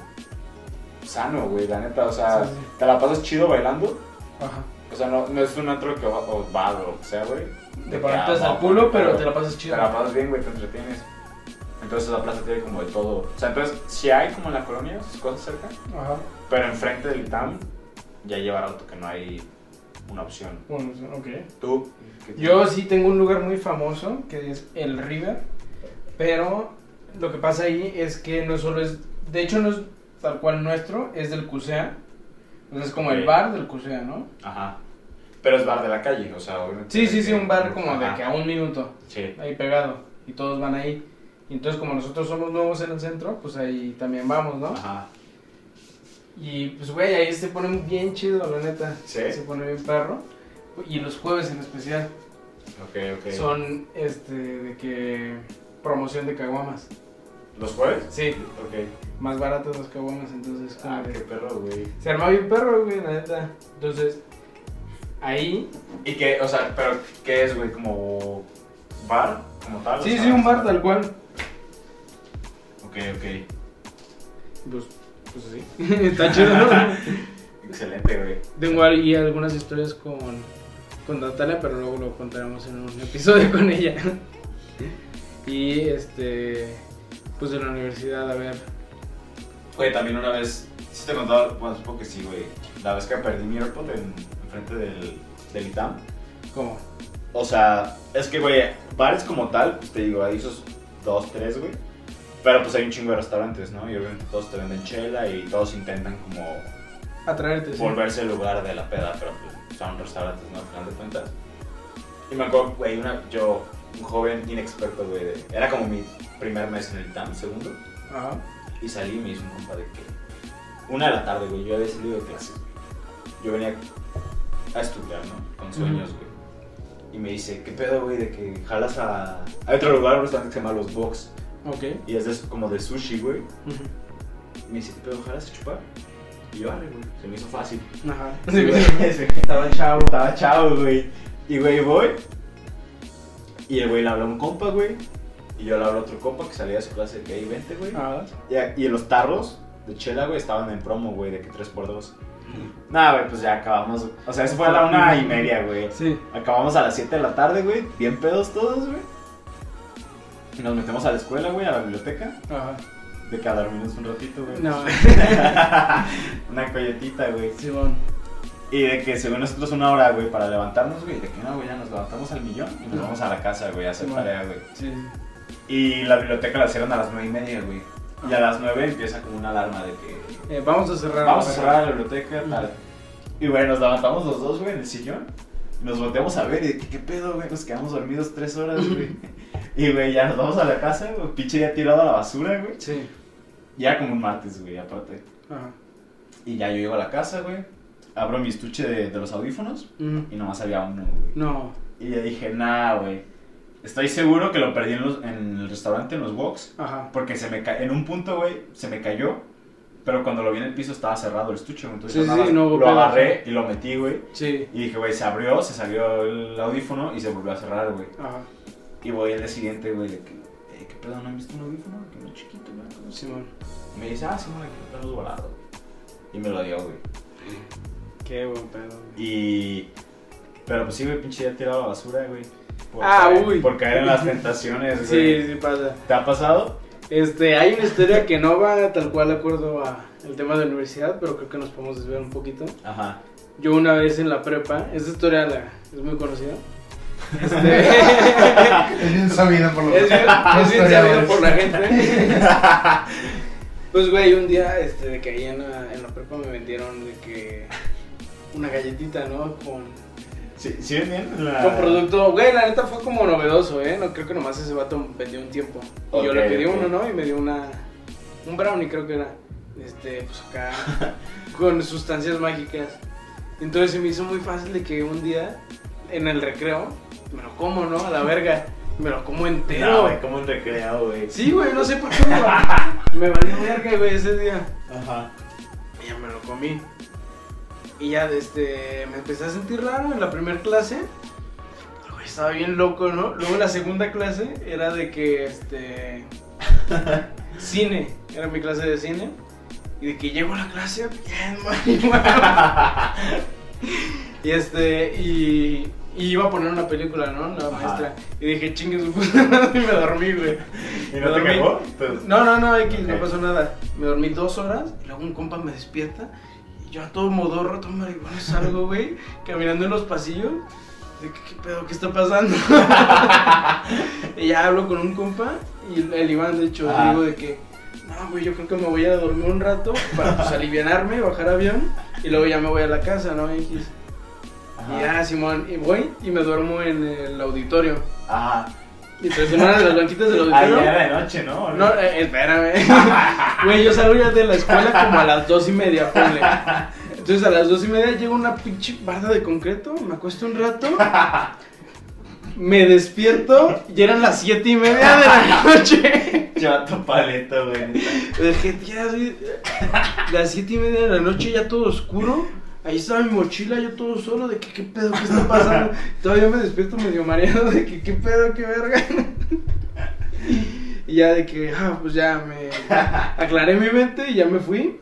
sano, güey, la neta. O sea,
Sí, sí.
te la pasas chido bailando.
Ajá.
O sea, no, no es un antro que va, o bar o lo que sea, güey.
Te
De
conectas
que, ah,
al culo, pero
claro.
te la pasas chido.
Te la pasas bien, güey, te entretienes. Entonces la plaza tiene como de todo. O sea, entonces, si hay como en la colonia, sus cosas cerca,
Ajá.
pero enfrente del ITAM ya lleva rato que no hay una opción.
Bueno, ok.
¿Tú? ¿Qué tienes?
Yo sí tengo un lugar muy famoso que es el River, pero lo que pasa ahí es que no solo es, de hecho no es tal cual nuestro, es del CUSEA, o sea, es como el
Ok.
bar del CUSEA, ¿no?
Ajá. Pero es bar de la calle, o sea, obviamente.
Sí, sí, sí, un bar como de
Ajá.
que a un minuto,
Sí.
ahí pegado, y todos van ahí. Y entonces como nosotros somos nuevos en el centro, pues ahí también vamos, ¿no?
Ajá.
Y pues, güey, ahí se pone bien chido, la neta.
Sí.
Se pone bien perro. Y los jueves en especial
Ok, ok.
son, este, de que promoción de caguamas.
¿Los jueves?
Sí,
Ok.
más baratas las caguamas, entonces como
Ah,
de-
qué perro, güey.
se armaba bien perro, güey, la neta. Entonces, ahí
¿Y qué? O sea, pero ¿qué es, güey? ¿Como bar? ¿Como tal?
sí, sí, un bar tal cual.
Ok, ok.
Pues, pues sí. Está chido, ¿no?
Excelente, güey.
Tengo ahí algunas historias con, con Natalia, pero luego lo contaremos en un episodio con ella. Y este, pues en la universidad, a ver.
Güey, también una vez, sí te he contado, bueno, supongo que sí, güey. La vez que perdí mi AirPod en, enfrente del, del ITAM.
¿Cómo?
O sea, es que, güey, bares como tal, pues te digo, hay esos dos, tres, güey. Pero pues hay un chingo de restaurantes, ¿no? Y obviamente todos te venden chela y todos intentan como
Atraerte, sí.
volverse el lugar de la peda, pero pues son restaurantes, ¿no? Al final de cuentas. Y me acuerdo, güey, una- yo, un joven inexperto, güey, de- era como mi primer mes en el ITAM, segundo.
Ajá.
Y salí y me hizo un compa de que. Una de la tarde, güey. Yo había salido de clase. Yo venía a estudiar, ¿no? Con sueños, güey. Y me dice, ¿qué pedo, güey? De que jalas a. Hay otro lugar, un restaurante que se llama Los Box.
Ok.
Y es de- como de sushi, güey.
Ujú.
Y me dice, ¿qué pedo, jalas a chupar? Y yo, vale, güey. Se me hizo fácil.
Ajá.
Sí, güey. estaba chavo, estaba chavo, güey. Y, güey, voy. Y el güey le habla a un compa, güey. Y yo le hablo a otro compa que salía de su clase, que ahí vente, güey.
Ajá.
Y, y los tarros de chela, güey, estaban en promo, güey, de que 3x2. Nah, güey, pues ya acabamos. O sea, eso fue a la una y media, güey.
Sí.
Acabamos a las 7 de la tarde, güey. Bien pedos todos, güey. Y nos metemos a la escuela, güey, a la biblioteca.
Ajá.
De que a dormirnos un ratito, güey.
No.
una coyotita, güey.
Simón.
Y de que según nosotros una hora, güey, para levantarnos, güey. De que no, güey, ya nos levantamos al millón y nos
Ajá.
vamos a la casa, güey, a hacer
Simón.
tarea, güey.
Sí.
Y la biblioteca la cierran a las nueve y media, güey. Y a las 9 empieza como una alarma de que
Eh, vamos a cerrar.
Vamos a
ver.
cerrar la biblioteca, tal.
Ujú.
Y bueno, nos levantamos los dos, güey, en el sillón. Y nos volteamos a ver y de que, qué pedo, güey. Nos quedamos dormidos tres horas, güey. y, güey, ya nos vamos a la casa, güey. Pinche ya tirado a la basura, güey.
Sí.
Ya como un martes, güey, aparte.
Ajá.
Y ya yo llego a la casa, güey. Abro mi estuche de, de los audífonos
Ujú.
y nomás había uno, güey.
No.
Y ya dije, nah, güey. Estoy seguro que lo perdí en, los- en el restaurante, en los box.
Ajá.
Porque se me ca- en un punto, güey, se me cayó. Pero cuando lo vi en el piso estaba cerrado el estuche, güey. Entonces
Sí,
yo nada
sí,
más
no hubo
lo
pedo.
agarré y lo metí, güey.
Sí.
Y dije, güey, se abrió, se salió el audífono y se volvió a cerrar, güey.
Ajá.
Y voy el día siguiente, güey, de que, eh, ¿qué pedo? ¿No han visto un audífono? Que no es chiquito, güey. que no sé".
Simón.
Y Me dice, ah, sí, bueno, que lo tenemos volado. Y me lo dio, güey.
Qué buen pedo. güey.
Y. Pero pues sí, güey, pinche ya tirado a la basura, güey. Por
Ah,
caer-
uy.
Por caer en las tentaciones, güey.
Sí, sí pasa.
¿Te ha pasado?
Este, hay una historia que no va tal cual de acuerdo a el tema de la universidad, pero creo que nos podemos desviar un poquito.
Ajá.
Yo una vez en la prepa, esta historia la- es muy conocida. Este,
Es bien sabido por lo
Es bien, es bien
historia
sabido
es.
por la gente. Pues, güey, un día, este, de que ahí en la, en la prepa me vendieron de que una galletita, ¿no? Con,
¿Sí, ¿sí ven bien? La-
con producto. Güey, la neta fue como novedoso, ¿eh? No creo que nomás ese vato vendió un tiempo. Y yo
Ok,
le pedí
ok.
uno, ¿no? Y me dio una. Un brownie, creo que era. Este, pues acá. con sustancias mágicas. Entonces se me hizo muy fácil de que un día, en el recreo, me lo como, ¿no? A la verga. Me lo como entero.
No, güey, como un recreo, güey.
Sí, güey, no sé por qué me, va- me valió verga, güey, ese día.
Ajá.
Y ya me lo comí. Y ya, este, me empecé a sentir raro en la primera clase. Güey, estaba bien loco, ¿no? Luego la segunda clase era de que, este, cine. Era mi clase de cine. Y de que llego a la clase bien, marihuana. Y este, y, y iba a poner una película, ¿no? La
Ajá.
maestra. Y dije, chingue su puta madre", y me dormí, güey.
¿Y
Me
no te
dormí.
cagó? Pues-
No, no, no, X, no
Ok.
pasó nada. Me dormí dos horas y luego un compa me despierta y yo a todo modorro, todo marihuana, salgo, güey, caminando en los pasillos. De que, ¿qué pedo? ¿Qué está pasando? y ya hablo con un compa y el Iván, de hecho,
Ah.
digo de que, no, güey, yo creo que me voy a dormir un rato para pues, alivianarme, bajar avión y luego ya me voy a la casa, ¿no? X.
Ajá.
Y ya, Simón, y voy y me duermo en el auditorio.
Ajá.
Y tras semana de las blanquitas del
Ah,
auditorio.
ya era de noche, ¿no?
No, eh, espérame. Güey, yo salgo ya de la escuela como a las dos y media, ponle. Entonces a las dos y media llega una pinche barda de concreto, me acuesto un rato, me despierto y eran las siete y media de la noche.
Lleva tu paleta, güey.
Dije, "Ya, güey, las siete y media de la noche ya todo oscuro. Ahí estaba mi mochila, yo todo solo, de que qué pedo, qué está pasando. Todavía me despierto medio mareado, de que qué pedo, qué verga. Y Y ya de que, ah, pues ya me aclaré mi mente y ya me fui.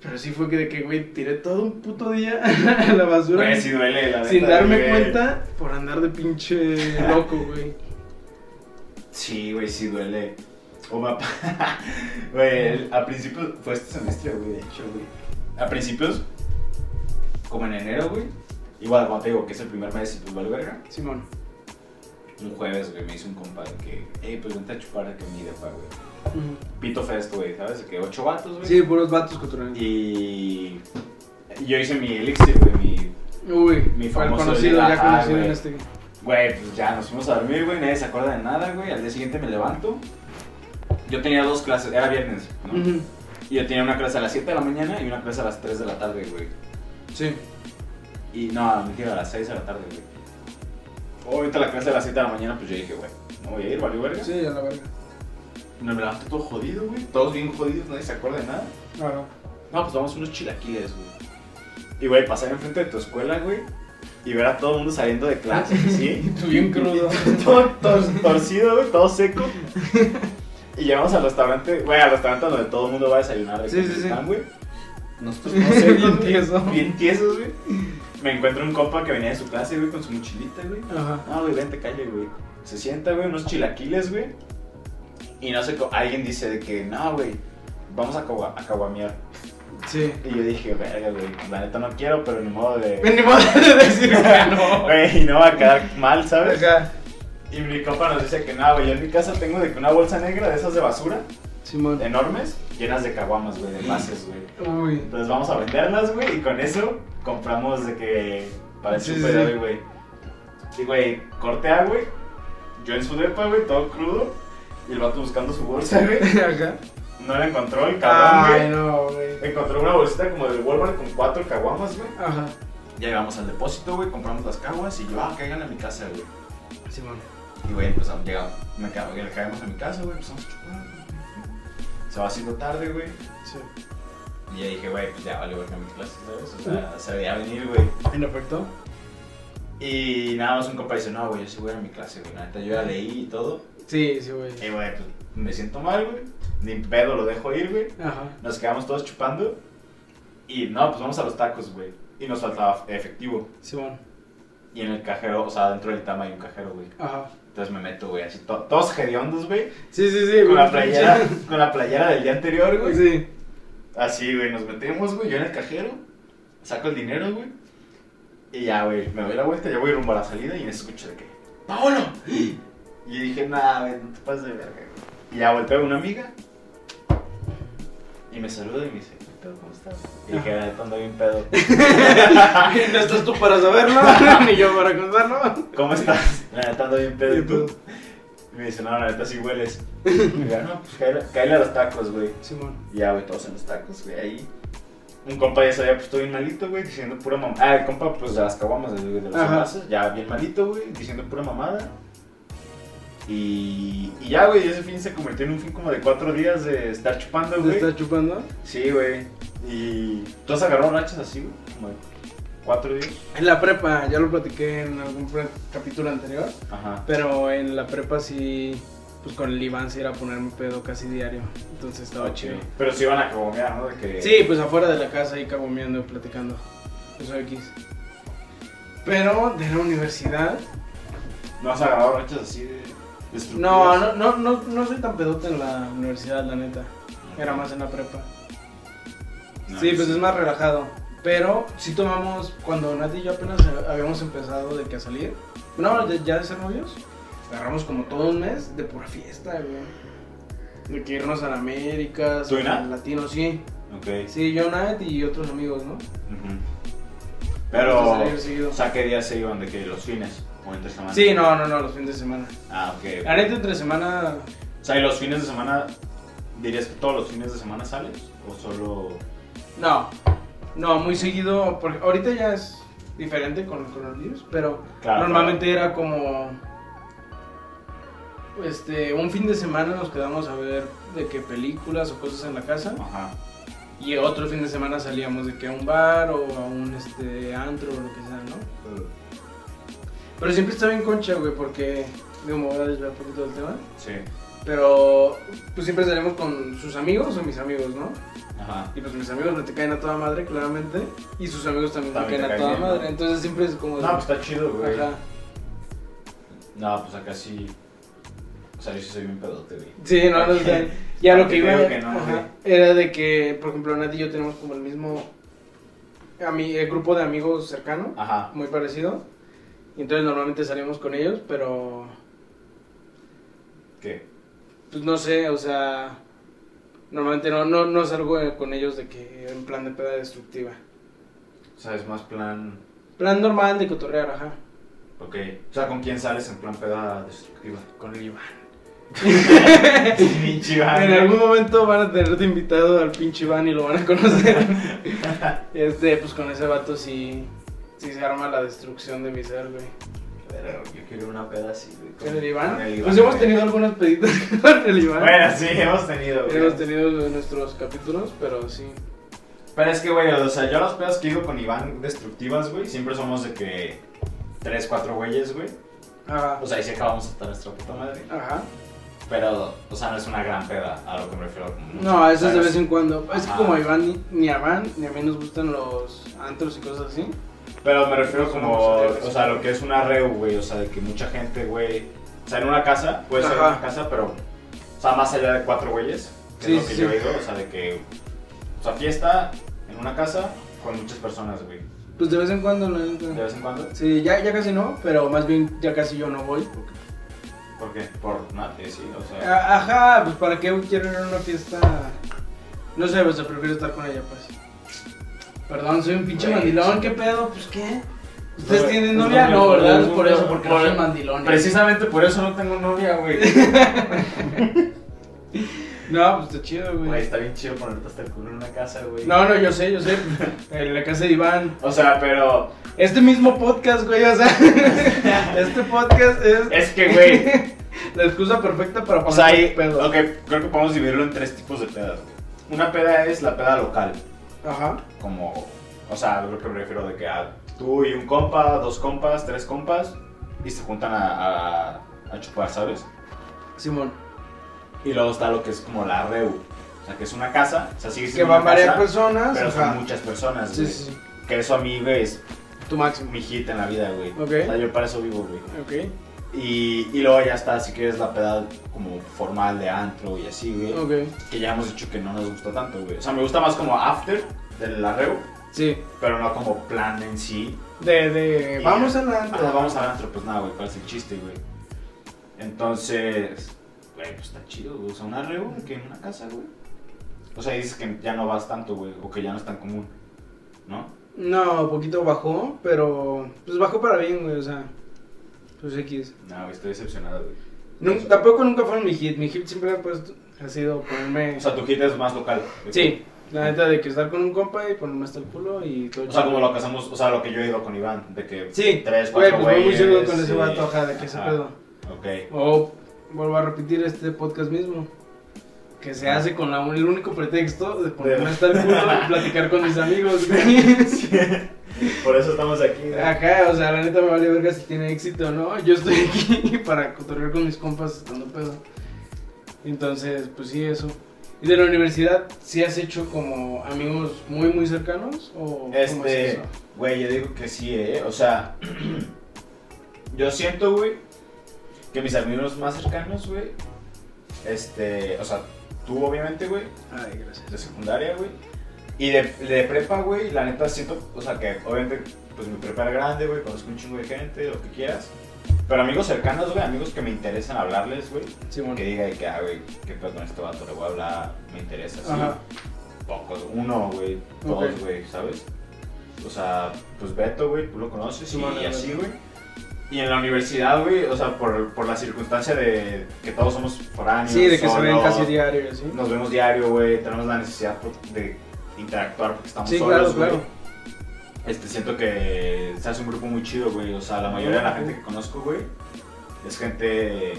Pero sí fue que de que, güey, tiré todo un puto día a la basura.
Güey, sí duele, la
sin
neta,
darme
güey.
cuenta por andar de pinche loco, güey.
Sí, güey, sí duele. O va pa- Güey, el- a principios. Fue este semestre, güey, de hecho, güey. A principios, como en enero, güey. Igual, como te digo, que es el primer mes y pues vale verga.
Simón.
Un jueves, güey, me hizo un compadre que, hey, pues vente a chupar a que mi depa, güey.
Ujú.
Pito fest, güey, ¿sabes? Que ocho vatos, güey.
Sí, puros vatos cotorreando.
Y. Yo hice mi elixir, güey, mi
Uy,
Mi
fue el
famoso
conocido,
Lila
ya conocido
Highway.
en este.
Güey, pues ya nos fuimos a dormir, güey, nadie se acuerda de nada, güey. Al día siguiente me levanto. Yo tenía dos clases, era viernes, ¿no?
Ujú.
Y yo tenía una clase a las 7 de la mañana y una clase a las 3 de la tarde, güey.
Sí.
Y no, mentira, a las 6 de la tarde, güey. Obviamente la clase a las 7 de la mañana, pues yo dije, güey, no voy a ir, vale, verga.
Sí, a la verga.
No me levanto todo jodido, güey. Todos bien jodidos, nadie se acuerda de nada.
Claro.
No, pues vamos a unos chilaquiles, güey. Y, güey, pasar enfrente de tu escuela, güey. Y ver a todo el mundo saliendo de clases, ¿sí?
Tú bien crudo.
todo tor- torcido, güey, todo seco. Y llegamos al restaurante, güey, al restaurante donde todo el mundo va a desayunar. de
Sí,
que
sí, sí.
están, güey. Nosotros no sé,
Bien
güey,
tieso.
Bien tiesos, güey. Me encuentro un compa que venía de su clase, güey, con su mochilita, güey.
Ajá.
Ah, güey, vente, calle, güey. Se sienta, güey, unos chilaquiles, güey. Y no sé, co- alguien dice de que, no, güey, vamos a, cagua- a caguamear.
Sí.
Y yo dije, verga, güey, la neta no quiero, pero ni modo de...
Ni modo de decir que no.
Güey, no va a quedar mal, ¿sabes?
Ajá.
Y mi compa nos dice que nada, güey, yo en mi casa tengo de que una bolsa negra de esas de basura,
Simón.
enormes, llenas de caguamas, güey, de envases, güey.
Uy.
Entonces vamos a venderlas, güey, y con eso compramos de que para el
Sí,
super
sí, sí.
hoy, güey. Y, güey, corté a, güey, yo en su depa, güey, todo crudo, y el vato buscando su bolsa, güey,
Ajá.
no la encontró, el cabrón,
Ay,
güey.
no, güey.
Encontró una bolsita como de Walmart con cuatro caguamas, güey.
Ajá.
Ya llegamos al depósito, güey, compramos las caguas y yo, ah, caigan a mi casa, güey.
Simón.
Y güey, pues llegamos, me cago, le caemos a mi casa, güey, empezamos a chupar. Se va haciendo tarde, güey.
Sí.
Y ya dije, güey, pues ya vale, verga mi clase, ¿sabes? O sea, se veía venir, güey.
¿En efecto?
Y nada más un compa dice, no, güey, yo sí voy a ir a mi clase, güey. La neta, yo ya leí y todo.
Sí, sí, güey.
Y güey, pues me siento mal, güey. Ni pedo lo dejo ir, güey.
Ajá.
Nos quedamos todos chupando. Y no, pues vamos a los tacos, güey. Y nos faltaba efectivo.
Simón.
Y en el cajero, o sea, dentro del tama hay un cajero, güey.
Ajá.
Entonces me meto, güey, así, to- todos hediondos, güey.
Sí, sí, sí.
Con
güey.
la playera, con la playera del día anterior, güey.
Sí.
Así, güey, nos metemos, güey, yo en el cajero, saco el dinero, güey. Y ya, güey, me doy la vuelta, ya voy rumbo a la salida y en eso escucho de que, ¡Paolo! Y yo dije, nah, güey, no te pases de verga, güey. Y ya volteo a una amiga y me saluda y me dice, ¿qué pedo, cómo estás? Y dije, ah, ando bien pedo.
no estás tú para saberlo, ni yo para contarlo.
¿Cómo estás? La neta ando bien pedo. ¿Y
Bien
tú?
pedo.
Y me dice, no, la neta sí hueles. Y yo, no, pues cáele- cáele a los tacos, güey.
Simón.
Y Ya, güey, todos en los tacos, güey, ahí. Un compa ya se había puesto bien malito, güey, diciendo pura mamada. Ah, el compa, pues, de las caguamas, de, de los
Ajá.
envases, ya bien malito, güey, diciendo pura mamada. Y, y ya, güey, ese fin se convirtió en un fin como de cuatro días de estar chupando,
¿Te
güey.
estás chupando?
Sí, güey. Y todos agarraron rachas así, güey, como de cuatro días.
En la prepa, ya lo platiqué en algún pre- capítulo anterior,
Ajá.
pero en la prepa sí, pues con el Iván sí era ponerme pedo casi diario, entonces estaba
Ok.
chido.
Pero se iban a caguamear, ¿no? De que...
Sí, pues afuera de la casa ahí cagomeando, platicando, eso X. Pero de la universidad,
No has agarrado rachas así de... destructivas?
no, no, no, no, no soy tan pedote en la universidad, la neta, era más en la prepa.
No,
Sí, pues es más relajado. Pero sí tomamos, cuando Nati y yo apenas habíamos empezado de que a salir, no, de- ya de ser novios, agarramos como todo un mes de pura fiesta, güey. De que irnos a la América,
¿Tú y Nat?
Latino, sí.
Ok.
Sí, yo, Nat y otros amigos, ¿no?
Ujú.
Nos
Pero,
gusta salir seguido.
o sea, ¿qué días se iban de que los fines o entre semana?
Sí, no, no, no, los fines de semana.
Ah, ok.
La neta, entre semana,
O sea, ¿y los fines de semana, dirías que todos los fines de semana sales? ¿O solo...?
no. No, muy seguido, porque ahorita ya es diferente con el coronavirus, pero
Claro,
Normalmente era como. Este, un fin de semana nos quedamos a ver de qué películas o cosas en la casa.
claro. Ajá.
Y otro fin de semana salíamos de que a un bar o a un este, antro o lo que sea, ¿no? Pero siempre estaba en concha, güey, porque. Digo, me voy a desviar un poquito del tema.
Sí.
Pero pues siempre salimos con sus amigos o mis amigos, ¿no?
Ajá.
Y pues mis amigos me te caen a toda madre, claramente. Y sus amigos también,
También
me caen
te
a
caen
toda
bien, ¿no?
madre. Entonces siempre es como... de-
No, pues está chido, güey.
Ajá.
No, pues acá sí. O sea, yo sí soy bien pedote, güey.
Sí, no, no
Ok.
sé. Y a lo que
Aunque
iba
creo que no,
ajá,
güey.
era de que, por ejemplo, Nat y yo tenemos como el mismo a mi, el grupo de amigos cercano,
Ajá.
muy parecido. Y entonces normalmente salimos con ellos, pero
¿Qué?
pues no sé, o sea, normalmente no, no, no salgo eh, con ellos de que en plan de peda destructiva.
O sea, es más plan.
Plan normal de cotorrear, ajá.
Ok. O sea, ¿con quién sales en plan peda destructiva?
Con el Iván.
Pinche
En algún momento van a tener de invitado al pinche Iván y lo van a conocer. este, pues con ese vato sí, sí se arma la destrucción de mi ser, güey.
Pero yo quiero una peda así, güey.
¿Con el Iván?
Con el
Pues hemos
güey.
tenido algunas peditas con el Iván.
Bueno, pues, sí, hemos tenido, güey.
hemos tenido nuestros capítulos, pero sí.
Pero es que, güey, o sea, yo las pedas que digo con Iván destructivas, güey, siempre somos de que. Tres, cuatro güeyes, güey.
Ajá.
O sea, ahí sí acabamos hasta nuestra puta madre.
Ajá.
Pero, o sea, no es una gran peda, a lo que me refiero. como mucho,
No, eso es de
¿sabes?
vez en cuando. Es que
Ajá.
como a Iván ni- ni a Van ni a mí nos gustan los antros y cosas así.
Pero me refiero como,
Somos-
o sea, lo que es una reu, güey, o sea, de que mucha gente, güey, o sea, en una casa, puede ser en
Ajá.
una casa, pero, o sea, más allá de cuatro güeyes, que
Sí,
es lo que
sí,
yo
sí.
digo, o sea, de que, o sea, fiesta en una casa con muchas personas, güey,
Pues de vez en cuando, la
de
neta.
vez en cuando.
Sí, ya, ya casi no, pero más bien ya casi yo no voy.
¿Por qué? Por mate, sí, o sea,
A- Ajá, pues para qué quiero ir a una fiesta. No sé, o sea, prefiero estar con ella, pues. Perdón, soy un pinche
Güey,
mandilón,
sí.
¿qué pedo? Pues qué.
Pues,
Ustedes
güey,
tienen
pues,
novia,
no,
no,
güey,
¿verdad?
pues,
Es por
no,
eso, porque no
por-
soy mandilón.
precisamente por eso no tengo novia, güey.
No, pues está chido,
Güey,
güey.
está bien chido ponerte hasta el culo en una casa, güey.
No, no, yo sé, yo sé. En la casa de Iván.
O sea, pero
Este mismo podcast, güey, o sea. este podcast es.
es que, güey,
la excusa perfecta para
O sea,
ponerse
hay,
pedo.
ok, creo que podemos dividirlo en tres tipos de pedas. güey. Una peda es la peda local,
Ajá.
como, o sea, lo que me refiero de que a tú y un compa, dos compas, tres compas, y se juntan a, a- a chupar, ¿sabes?
Simón.
Y luego está lo que es como la reu, o sea, que es una casa, o sea, sigue
Que
siendo
van
una
varias
casa,
personas.
pero
ajá.
son muchas personas,
Sí,
güey.
sí, sí.
Que eso a mí, güey, es
Tu máximo.
mi hit en la vida, güey.
Ok.
O sea, yo para eso vivo, güey.
Ok.
Y, y luego ya está, si quieres, la peda como formal de antro y así, güey.
Ok.
que ya hemos dicho que no nos gusta tanto, güey. O sea, me gusta más como after del arreo,
Sí.
E pero no como plan en sí.
De, de.
Y
Vamos
ya.
adelante.
Ajá, vamos al antro, pues nada, güey, cuál es el chiste, güey. Entonces, güey, pues está chido, güey. O sea, un arreo que en una casa, güey. O sea, dices que ya no vas tanto, güey, o que ya no es tan común, ¿no?
No, poquito bajó, pero. Pues bajó para bien, güey, o sea. Pues X.
No, güey, estoy decepcionado, güey.
Nun- tampoco nunca fueron mi hit. Mi hit siempre ha, puesto- ha sido ponerme.
O sea, tu hit es más local. güey.
sí, la neta de que estar con un compa y ponerme hasta el culo y todo
O sea,
chido.
como lo que hacemos, o sea, lo que yo he ido con Iván, de que
Sí,
tres,
güey,
cuatro
pues voy muy seguro
güeyes,
con ese
y-
vato, ajá, de que se
Ajá,
pedo.
Ok.
O vuelvo a repetir este podcast mismo. Que se hace con la- el único pretexto de ponerme hasta el culo y platicar con mis amigos, güey.
Por eso estamos aquí. güey.
Acá, o sea, la neta me vale verga si tiene éxito o no. Yo estoy aquí para cotorrear con mis compas estando pedo. Entonces, pues sí, eso. ¿Y de la universidad, sí has hecho como amigos muy, muy cercanos? ¿O cómo es
Este,
eso?
güey, yo digo que sí, eh. O sea, yo siento, güey, que mis amigos más cercanos, güey, este, o sea, tú obviamente, güey,
Ay, gracias.
de secundaria, güey, y de, de prepa, güey, la neta siento, o sea, que obviamente, pues mi prepa era grande, güey, conozco un chingo de gente, lo que quieras, pero amigos cercanos, güey, amigos que me interesan hablarles, güey,
Simón.
que diga, de que, ah, güey, qué pedo con este vato, le voy a hablar, me interesa, sí
Ajá.
pocos, uno, güey,
Ok.
dos, güey, ¿sabes? O sea, pues Beto, güey, tú lo conoces
Sí,
y,
bueno,
así,
Beto.
güey. Y en la universidad, güey, o sea, por, por la circunstancia de que todos somos foráneos,
Sí, de que se ven
solos,
casi diario y así.
Nos vemos diario, güey, tenemos la necesidad por- de interactuar porque estamos
Sí, claro,
solos, güey.
claro.
Este, siento que se hace un grupo muy chido, güey. O sea, la mayoría de la gente que conozco, güey, es gente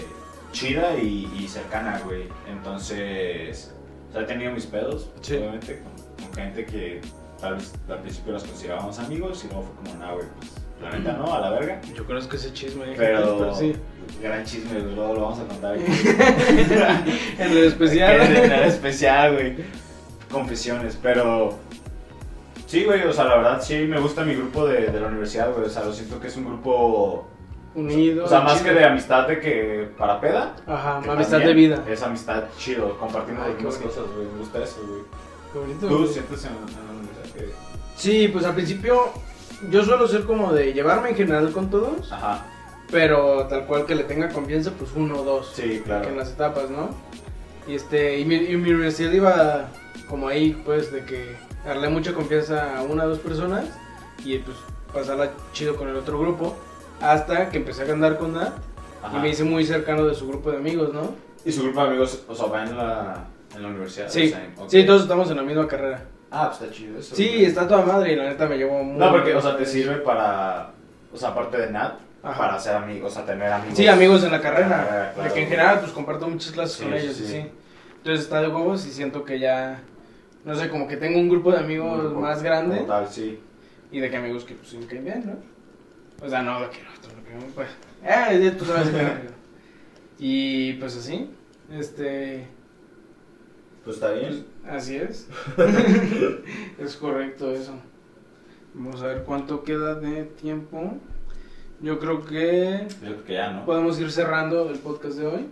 chida y, y cercana, güey. Entonces, o sea, he tenido mis pedos,
Sí.
obviamente, con, con gente que tal vez al principio las considerábamos amigos y luego fue como, nah, güey, pues La neta, ¿no? A la verga.
Yo conozco ese chisme. ¿eh?
Pero.
Pero sí.
Gran chisme, güey, luego lo vamos a contar aquí.
en el
Que es de
especial.
nada especial, güey. Confesiones, pero. Sí, güey, o sea, la verdad sí me gusta mi grupo de, de la universidad, güey. O sea, lo siento que es un grupo.
Unido.
O sea, más
chido.
que de amistad de que para peda.
Ajá,
que
amistad de
también Eh,
vida.
Es amistad chido, compartimos
Ay,
las mismas
qué bonito.
cosas, güey. Me gusta eso, güey.
Qué bonito.
¿Tú
güey.
sientes en, en la universidad que.?
Sí, pues al principio yo suelo ser como de llevarme en general con todos,
Ajá,
pero tal cual que le tenga confianza, pues uno o dos.
sí,
que en
claro.
las etapas, ¿no? Y este, y mi, y mi universidad iba como ahí, pues, de que darle mucha confianza a una o dos personas y pues pasarla chido con el otro grupo. Hasta que empecé a andar con Nat
Ajá.
y me hice muy cercano de su grupo de amigos, ¿no?
¿Y su grupo de amigos, o sea, va en la, en la universidad?
Sí,
O sea, en- ok.
sí, todos estamos en la misma carrera.
Ah, pues está chido eso.
Sí,
güey.
está toda madre y la neta me llevó muy
No, porque, o sea,
bien.
te sirve para. O sea, aparte de Nat,
Ajá.
para ser amigos, o sea, tener amigos.
Sí, amigos en la
Ah,
carrera.
claro.
De que en general, pues comparto muchas clases
Sí,
con
sí,
ellos, y
sí.
sí. Entonces está de huevos y siento que ya, no sé, como que tengo un grupo de amigos
Como-
más grande
como Tal, sí.
y de que amigos que pues sí me caen bien, ¿no? O sea, no, de que no, todo lo que no, pues. Eh, ya tú sabes que no. Y pues así, este.
Pues está
pues,
bien.
así es. es correcto eso. Vamos a ver cuánto queda de tiempo. Yo creo que
Yo creo que ya, ¿no?
podemos ir cerrando el podcast de hoy.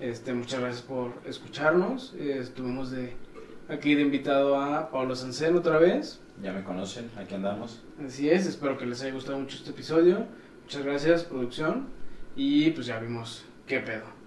Este, muchas gracias por escucharnos. Eh, estuvimos de aquí de invitado a Pablo Sancel otra vez.
Ya me conocen, aquí andamos.
Así es, espero que les haya gustado mucho este episodio. Muchas gracias, producción. Y pues ya vimos qué pedo.